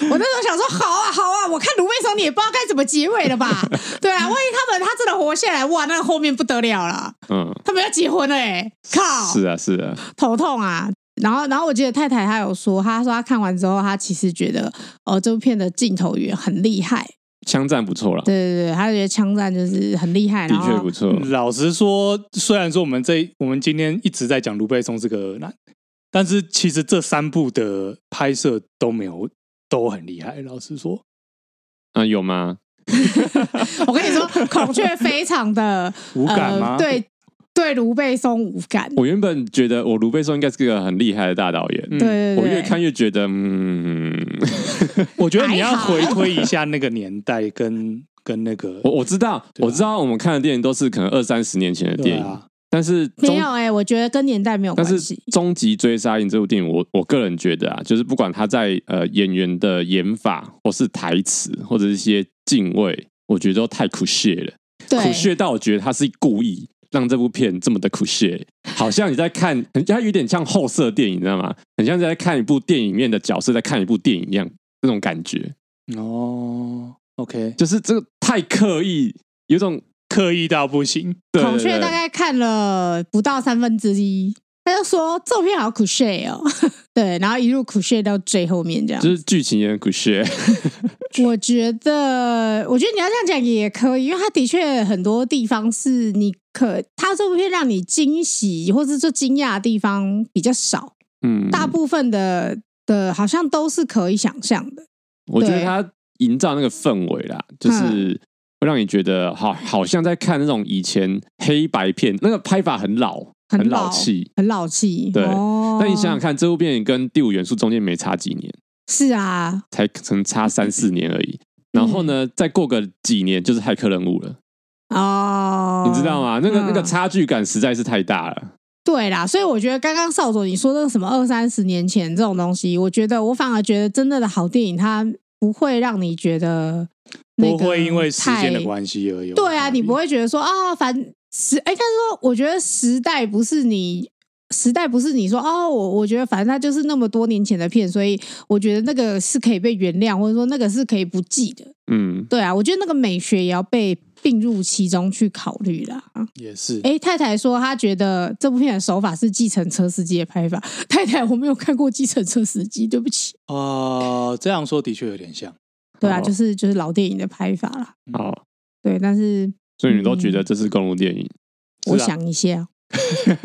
Speaker 1: 候想说，好啊，好啊，我看卢贝松你也不知道该怎么结尾了吧？对啊，万一他们他真的活下来，哇，那后面不得了了，
Speaker 3: 嗯，
Speaker 1: 他们要结婚了哎、靠！
Speaker 3: 是啊，是啊，
Speaker 1: 头痛啊。然后，然后我记得太太她有说，她说她看完之后，她其实觉得，哦，这部片的镜头语言很厉害，
Speaker 3: 枪战不错了，
Speaker 1: 对对对，她觉得枪战就是很厉害，然
Speaker 3: 的确
Speaker 1: 后嗯
Speaker 3: 不错。
Speaker 2: 老实说，虽然说我们这我们今天一直在讲卢贝松这个恶男，但是其实这三部的拍摄都没有都很厉害。老实说，
Speaker 3: 啊，有吗？
Speaker 1: 我跟你说，孔雀非常 的
Speaker 2: 无感吗？
Speaker 1: 呃、，对对，卢贝松无感。
Speaker 3: 我原本觉得我卢贝松应该是个很厉害的大导演，
Speaker 2: 嗯
Speaker 1: 对对对，
Speaker 3: 我越看越觉得，嗯，
Speaker 2: 我觉得你要
Speaker 1: 还好
Speaker 2: 回推一下那个年代跟跟那个
Speaker 3: 我我知道，
Speaker 2: 对啊
Speaker 3: 我知道我们看的电影都是可能二三十年前的
Speaker 2: 对
Speaker 3: 电影，
Speaker 2: 啊，
Speaker 3: 但是终
Speaker 1: 没有哎、我觉得跟年代没有
Speaker 3: 但
Speaker 1: 关
Speaker 3: 是
Speaker 1: 系
Speaker 3: 《终极追杀令》这部电影，我我个人觉得啊，就是不管他在呃演员的演法，或是台词，或者是一些敬畏，我觉得都太苦屑了，
Speaker 1: 对，
Speaker 3: 苦屑到我觉得他是故意让这部片这么的苦屑，好像你在看，很它有点像后色电影，你知道吗？很像在看一部电影里面的角色在看一部电影一样，那种感觉，
Speaker 2: 哦，OK，
Speaker 3: 就是这个太刻意，有种
Speaker 2: 刻意到不行。
Speaker 3: 对
Speaker 1: 孔雀
Speaker 3: 对
Speaker 1: 大概看了不到三分之一，他就说这片好苦屑哦， 对，然后一路苦屑到最后面这样
Speaker 3: 就。是剧情也很苦屑，
Speaker 1: 我觉得，我觉得你要这样讲也可以，因为它的确很多地方是你可，它这部片让你惊喜或是说惊讶的地方比较少，
Speaker 3: 嗯，
Speaker 1: 大部分的的好像都是可以想象的。
Speaker 3: 我觉得
Speaker 1: 对嗯
Speaker 3: 他营造那个氛围啦，就是会让你觉得好，好像在看那种以前黑白片，那个拍法很老，
Speaker 1: 很
Speaker 3: 很老
Speaker 1: 老
Speaker 3: 气。
Speaker 1: 很老气，
Speaker 3: 对
Speaker 1: 哦、
Speaker 3: 那你想想看，这部电影跟《第五元素》中间没差几年，
Speaker 1: 是啊，
Speaker 3: 才可能差三四年而
Speaker 1: 嗯
Speaker 3: 已。然后呢，再过个几年就是骇客任务了，
Speaker 1: 哦，
Speaker 3: 你知道吗？那个那个
Speaker 1: 嗯
Speaker 3: 差距感实在是太大了。
Speaker 1: 对啦，所以我觉得刚刚少佐你说那个什么二三十年前这种东西，我觉得我反而觉得真正的好电影，它不会让你觉得、那个
Speaker 2: 不会因为时间的
Speaker 1: 太
Speaker 2: 关系而有差别。
Speaker 1: 对啊，你不会觉得说啊，反时哎，但是说我觉得时代不是你。时代不是你说哦，我我觉得反正它就是那么多年前的片，所以我觉得那个是可以被原谅，或者说那个是可以不记的。
Speaker 3: 嗯，
Speaker 1: 对啊，我觉得那个美学也要被并入其中去考虑啦。
Speaker 2: 也是。
Speaker 1: 哎，太太说她觉得这部片的手法是计程车司机的拍法。 太太，我没有看过计程车司机，对不起。
Speaker 2: 哦，这样说的确有点像。
Speaker 1: 对啊，
Speaker 3: 哦
Speaker 1: 就是就是老电影的拍法啦。
Speaker 3: 好，
Speaker 1: 对，但是
Speaker 3: 所以你都觉
Speaker 1: 嗯
Speaker 3: 得这是公路电影？
Speaker 2: 是啊
Speaker 1: 我想一下，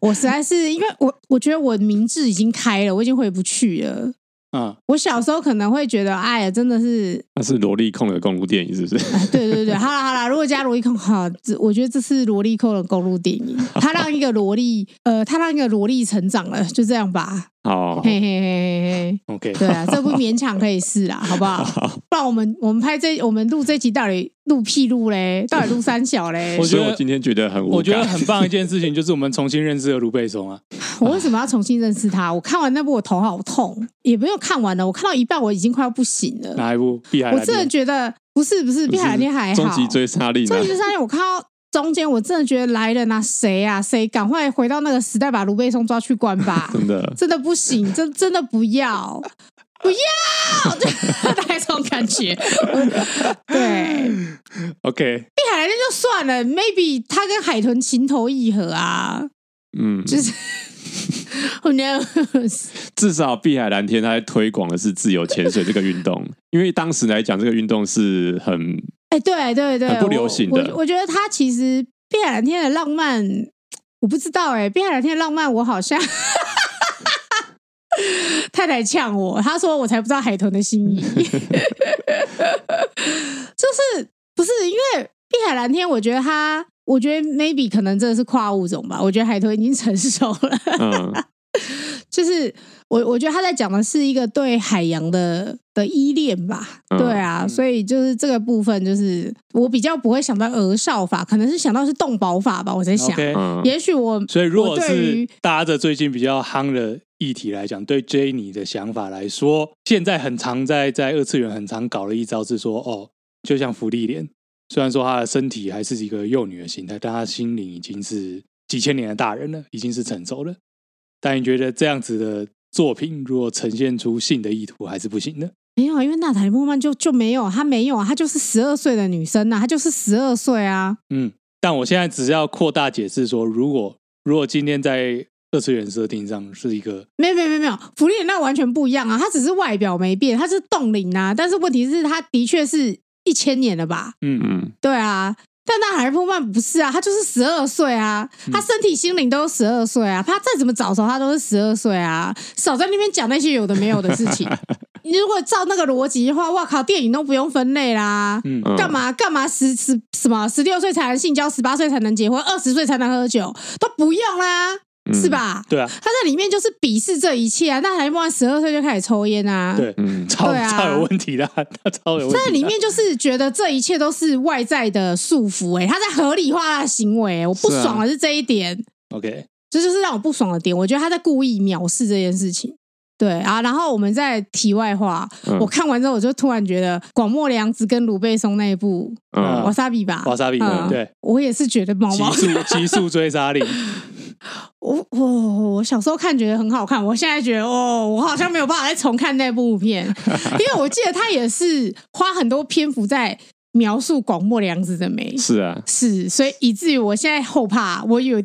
Speaker 1: 我实在是因为我我觉得我明智已经开了，我已经回不去了。
Speaker 2: 嗯，
Speaker 1: 我小时候可能会觉得，哎呀，真的是，
Speaker 3: 那是萝莉控的公路电影，是不是？
Speaker 1: 哎，对对对，好啦好啦，如果加萝莉控，好，这我觉得这是萝莉控的公路电影，他让一个萝莉，呃，他让一个萝莉成长了，就这样吧，
Speaker 2: 哦
Speaker 3: 好，
Speaker 1: 嘿嘿嘿嘿嘿。
Speaker 2: OK，
Speaker 1: 对啊，这不勉强可以试啦，好不好？ 不然我们我们拍这我们录这集到底录屁录嘞？到底录三小嘞？
Speaker 2: 我觉
Speaker 3: 所
Speaker 2: 得
Speaker 3: 以我今天觉得很无感，
Speaker 2: 我觉得很棒一件事情就是我们重新认识了卢贝 松啊。
Speaker 1: 我为什么要重新认识他？我看完那部我头好痛，也没有看完了，我看到一半我已经快要不行了。
Speaker 2: 哪一部？碧海
Speaker 1: 我
Speaker 2: 蓝
Speaker 1: 真的
Speaker 2: 天。
Speaker 1: 觉得不是不是，
Speaker 3: 不
Speaker 1: 碧
Speaker 3: 是
Speaker 1: 海蓝天还好，
Speaker 3: 终极追杀令啊，
Speaker 1: 终极追杀令我看到。中间我真的觉得来人啊，谁啊谁，赶快回到那个时代，把卢贝松抓去关吧！
Speaker 3: 真的。
Speaker 1: 真的不行，真真的不要，不要， 就大概这种感觉。我对，
Speaker 2: OK，
Speaker 1: 碧海蓝天就算了，maybe 他跟海豚情投意合啊，
Speaker 3: 嗯，
Speaker 1: 就是 我觉得
Speaker 3: 至少碧海蓝天它在推广的是自由潜水这个运动，因为当时来讲，这个运动 是很
Speaker 1: 哎、对对对，
Speaker 3: 很不流行的
Speaker 1: 我我我觉得他其实碧海蓝天的浪漫，我不知道哎、碧海蓝天的浪漫，我好像 太太呛我，她说我才不知道海豚的心意， 就是不是因为碧海蓝天，我觉得他。我觉得 maybe 可能真的是跨物种吧，我觉得海豚已经成熟了，
Speaker 3: 嗯
Speaker 1: 就是我我觉得他在讲的是一个对海洋的的依恋吧，
Speaker 3: 嗯
Speaker 1: 对啊，所以就是这个部分，就是我比较不会想到儿少法，可能是想到是动保法吧，我在想
Speaker 2: OK，
Speaker 3: 嗯，
Speaker 1: 也许我
Speaker 2: 所以如
Speaker 1: 我
Speaker 2: 果
Speaker 1: 对
Speaker 2: 是
Speaker 1: 于
Speaker 2: 搭着最近比较夯的议题来讲，对 Jenny 的想法来说，现在很常在在二次元很常搞的一招是说，哦，就像福利莲，虽然说她的身体还是一个幼女的形态，但她心灵已经是几千年的大人了，已经是成熟了。但你觉得这样子的作品，如果呈现出性的意图，还是不行的？
Speaker 1: 没有，因为娜塔莉·波曼就就没有，她没有啊，她就是十二岁的女生呐、啊，她就是十二岁啊，
Speaker 2: 嗯，但我现在只是要扩大解释说，如果如果今天在二次元设定上是一个
Speaker 1: 没有没有没有没有，福利人那完全不一样啊，她只是外表没变，她是冻龄啊，但是问题是她的确是一千年了吧，
Speaker 2: 嗯
Speaker 3: 嗯，
Speaker 1: 对啊，但那海波曼不是啊，他就是十二岁啊，
Speaker 2: 嗯
Speaker 1: 他身体心灵都十二 岁啊，他再怎么早熟，他都是十二岁啊，少在那边讲那些有的没有的事情。如果照那个逻辑的话，哇靠，电影都不用分类啦。
Speaker 2: 嗯，
Speaker 3: 嗯
Speaker 1: 干嘛干嘛十十什么十六岁才能性交，十八岁才能结婚，二十岁才能喝酒，都不用啦，是？吧？
Speaker 2: 对啊，
Speaker 1: 他在里面就是鄙视这一切啊！那还莫十二岁就开始抽烟啊？
Speaker 2: 对，
Speaker 3: 嗯
Speaker 2: 超
Speaker 1: 对啊
Speaker 2: 超有问题的，他超有问题的。
Speaker 1: 在里面就是觉得这一切都是外在的束缚、欸，哎，他在合理化他的行为、欸我不
Speaker 3: 是啊
Speaker 1: 爽的是这一点，
Speaker 2: OK，
Speaker 1: 这就是让我不爽的点。我觉得他在故意藐视这件事情。对啊，然后我们在题外话，
Speaker 3: 嗯
Speaker 1: 我看完之后，我就突然觉得广末凉子跟鲁贝松那一部
Speaker 3: 嗯
Speaker 1: 《瓦萨比》吧，
Speaker 2: 瓦萨比
Speaker 1: 嗯
Speaker 2: 对，
Speaker 1: 我也是觉得毛
Speaker 2: 极
Speaker 1: 毛。
Speaker 2: 速极速追杀令，
Speaker 1: 我我我小时候看觉得很好看，我现在觉得哦，我好像没有办法再重看那部片， 因为我记得他也是花很多篇幅在描述广末凉子的美。
Speaker 3: 是啊，
Speaker 1: 是，所以以至于我现在后怕，我有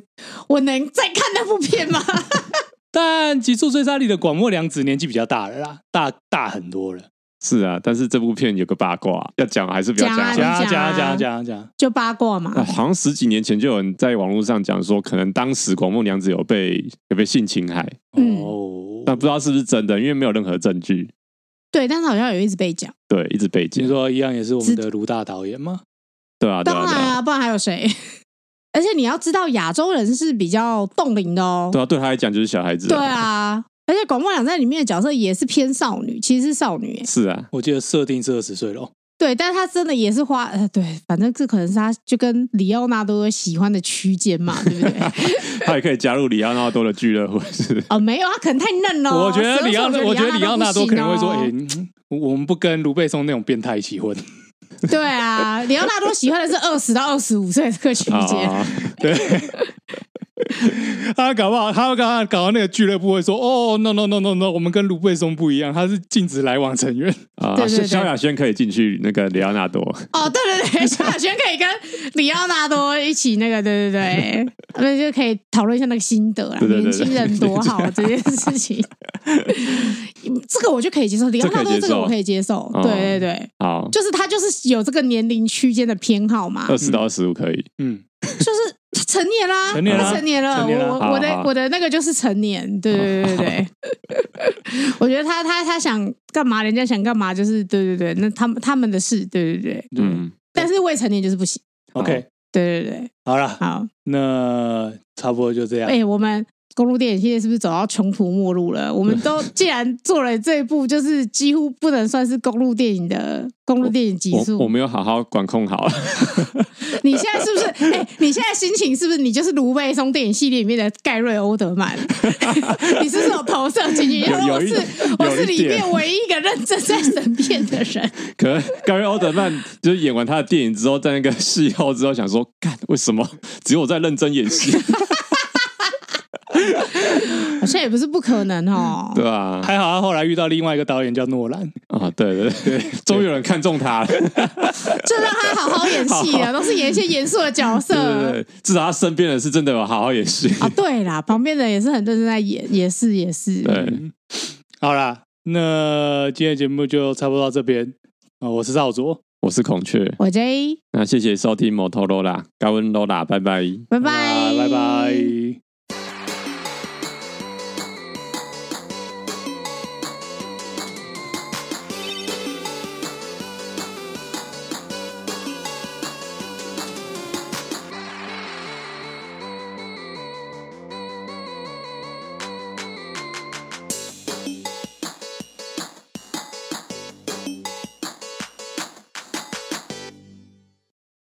Speaker 1: 我能再看那部片吗？
Speaker 2: 但极速追杀令的广末凉子年纪比较大了啦，大大很多了。
Speaker 3: 是啊，但是这部片有个八卦要讲，还是不要
Speaker 1: 讲啊
Speaker 3: 讲？
Speaker 2: 加
Speaker 1: 你讲
Speaker 2: 加
Speaker 1: 啊
Speaker 2: 加加加，
Speaker 1: 就八卦嘛，
Speaker 3: 啊，好像十几年前就有人在网络上讲说，可能当时广末娘子有被有被性侵害，
Speaker 1: 嗯
Speaker 2: 哦，
Speaker 3: 但不知道是不是真的，因为没有任何证据。
Speaker 1: 对，但是好像有一直被讲。
Speaker 3: 对，一直被
Speaker 2: 听
Speaker 3: 禁。
Speaker 2: 说一样也是我们的卢大导演吗？
Speaker 3: 对啊，
Speaker 1: 嗯
Speaker 3: 对
Speaker 1: 当
Speaker 3: 啊，对
Speaker 1: 然
Speaker 3: 啊，
Speaker 1: 啊，不然还有谁？而且你要知道，亚洲人是比较冻龄的哦。
Speaker 3: 对啊，对他来讲就是小孩子。
Speaker 1: 对，啊，而且广末凉在里面的角色也是偏少女，其实是少女耶。欸
Speaker 3: 是啊，
Speaker 2: 我记得设定是二十岁了哦，
Speaker 1: 对，但是她真的也是花，呃，对，反正这可能是她就跟里奥纳多喜欢的区间嘛，对不 对？
Speaker 3: 他也可以加入里奥纳多的俱乐部，是
Speaker 1: 哦，没有，她可能太嫩了哦。
Speaker 2: 我觉得里奥，
Speaker 1: 12岁
Speaker 2: 我觉得里奥纳多可能会说，
Speaker 1: 不行哦
Speaker 2: 哎，嗯我我们不跟卢贝松那种变态一起混。
Speaker 1: 对啊，里奥纳多喜欢的是二十到二十五岁这个区
Speaker 2: 哦
Speaker 3: 啊，
Speaker 1: 间。
Speaker 3: 啊
Speaker 2: 对， 他搞不好，他搞搞到那个俱乐部会说，哦，no no no no no，我们跟卢贝松不一样，他是禁止来往成员。
Speaker 3: 啊啊，
Speaker 1: 对对对
Speaker 3: 萧亚轩可以进去那个里奥纳多，
Speaker 1: 哦，对对对，萧亚轩可以跟里奥纳多一起那个，对对对，那就可以讨论一下那个心得啦。
Speaker 3: 对对
Speaker 1: 年
Speaker 3: 对
Speaker 1: 轻人多好啊这件事情， 嗯这个我就可以接受。里奥纳多这个我可以接受，
Speaker 2: 哦
Speaker 3: 这可以接受
Speaker 1: 对对对。
Speaker 3: 好，
Speaker 1: 就是他就是有这个年龄区间的偏好嘛，
Speaker 2: 呃
Speaker 3: 二十到二十五可以。
Speaker 2: 嗯，
Speaker 1: 就是他成年啦，
Speaker 2: 成年啦
Speaker 1: 我成年了，
Speaker 2: 成年啦啊
Speaker 1: 我
Speaker 3: 好
Speaker 1: 我我
Speaker 3: 好
Speaker 1: 的我的那个就是成年，对对对对 对，我觉得他他他想干嘛，人家想干嘛，就是对对对，那他们他们的事，对对对，
Speaker 2: 嗯
Speaker 3: 嗯，
Speaker 1: 但是未成年就是不行，
Speaker 2: ，OK，
Speaker 1: 对对对，
Speaker 2: 好了，
Speaker 1: 好，
Speaker 2: 那差不多就这样。
Speaker 1: 哎、我们。公路电影系列是不是走到穷途末路了？我们都既然做了这一部，就是几乎不能算是公路电影的公路电影集
Speaker 3: 我我
Speaker 1: 数。
Speaker 3: 没有好好管控好，
Speaker 1: 你现在是不是？哎、你现在心情是不是？你就是卢贝松电影系列里面的盖瑞欧德曼？ 你是不是有投射进去？因为
Speaker 3: 有
Speaker 1: 我
Speaker 3: 有一
Speaker 1: 是我
Speaker 3: 有
Speaker 1: 是
Speaker 3: 一
Speaker 1: 里面
Speaker 3: 点
Speaker 1: 唯一一个认真在审片的 人。
Speaker 3: 可能盖瑞·奥德曼就是演完他的电影之后，在那个戏后之后想说，干为什么只有我在认真 演戏，
Speaker 1: 好像也不是不可能哦
Speaker 3: 对。吧、啊？
Speaker 2: 还好他后来遇到另外一个导演叫诺兰，
Speaker 3: 啊，对对对，终于有人看中他了，对
Speaker 1: 就让他好好演戏啊，都是演一些严肃的啊角色。
Speaker 3: 对对，至少他身边的是真的有好好演戏，
Speaker 1: 啊，对啦，旁边的也是很认真在演，也是也是。
Speaker 3: 对，
Speaker 2: 好啦，那今天节目就差不多到这边。啊、我是少佐，
Speaker 3: 我是孔雀，
Speaker 1: 我 J，
Speaker 3: 那谢谢收听摩托罗拉，高温罗拉，拜拜。
Speaker 1: 拜
Speaker 2: 好啦
Speaker 1: 拜，
Speaker 2: 拜拜。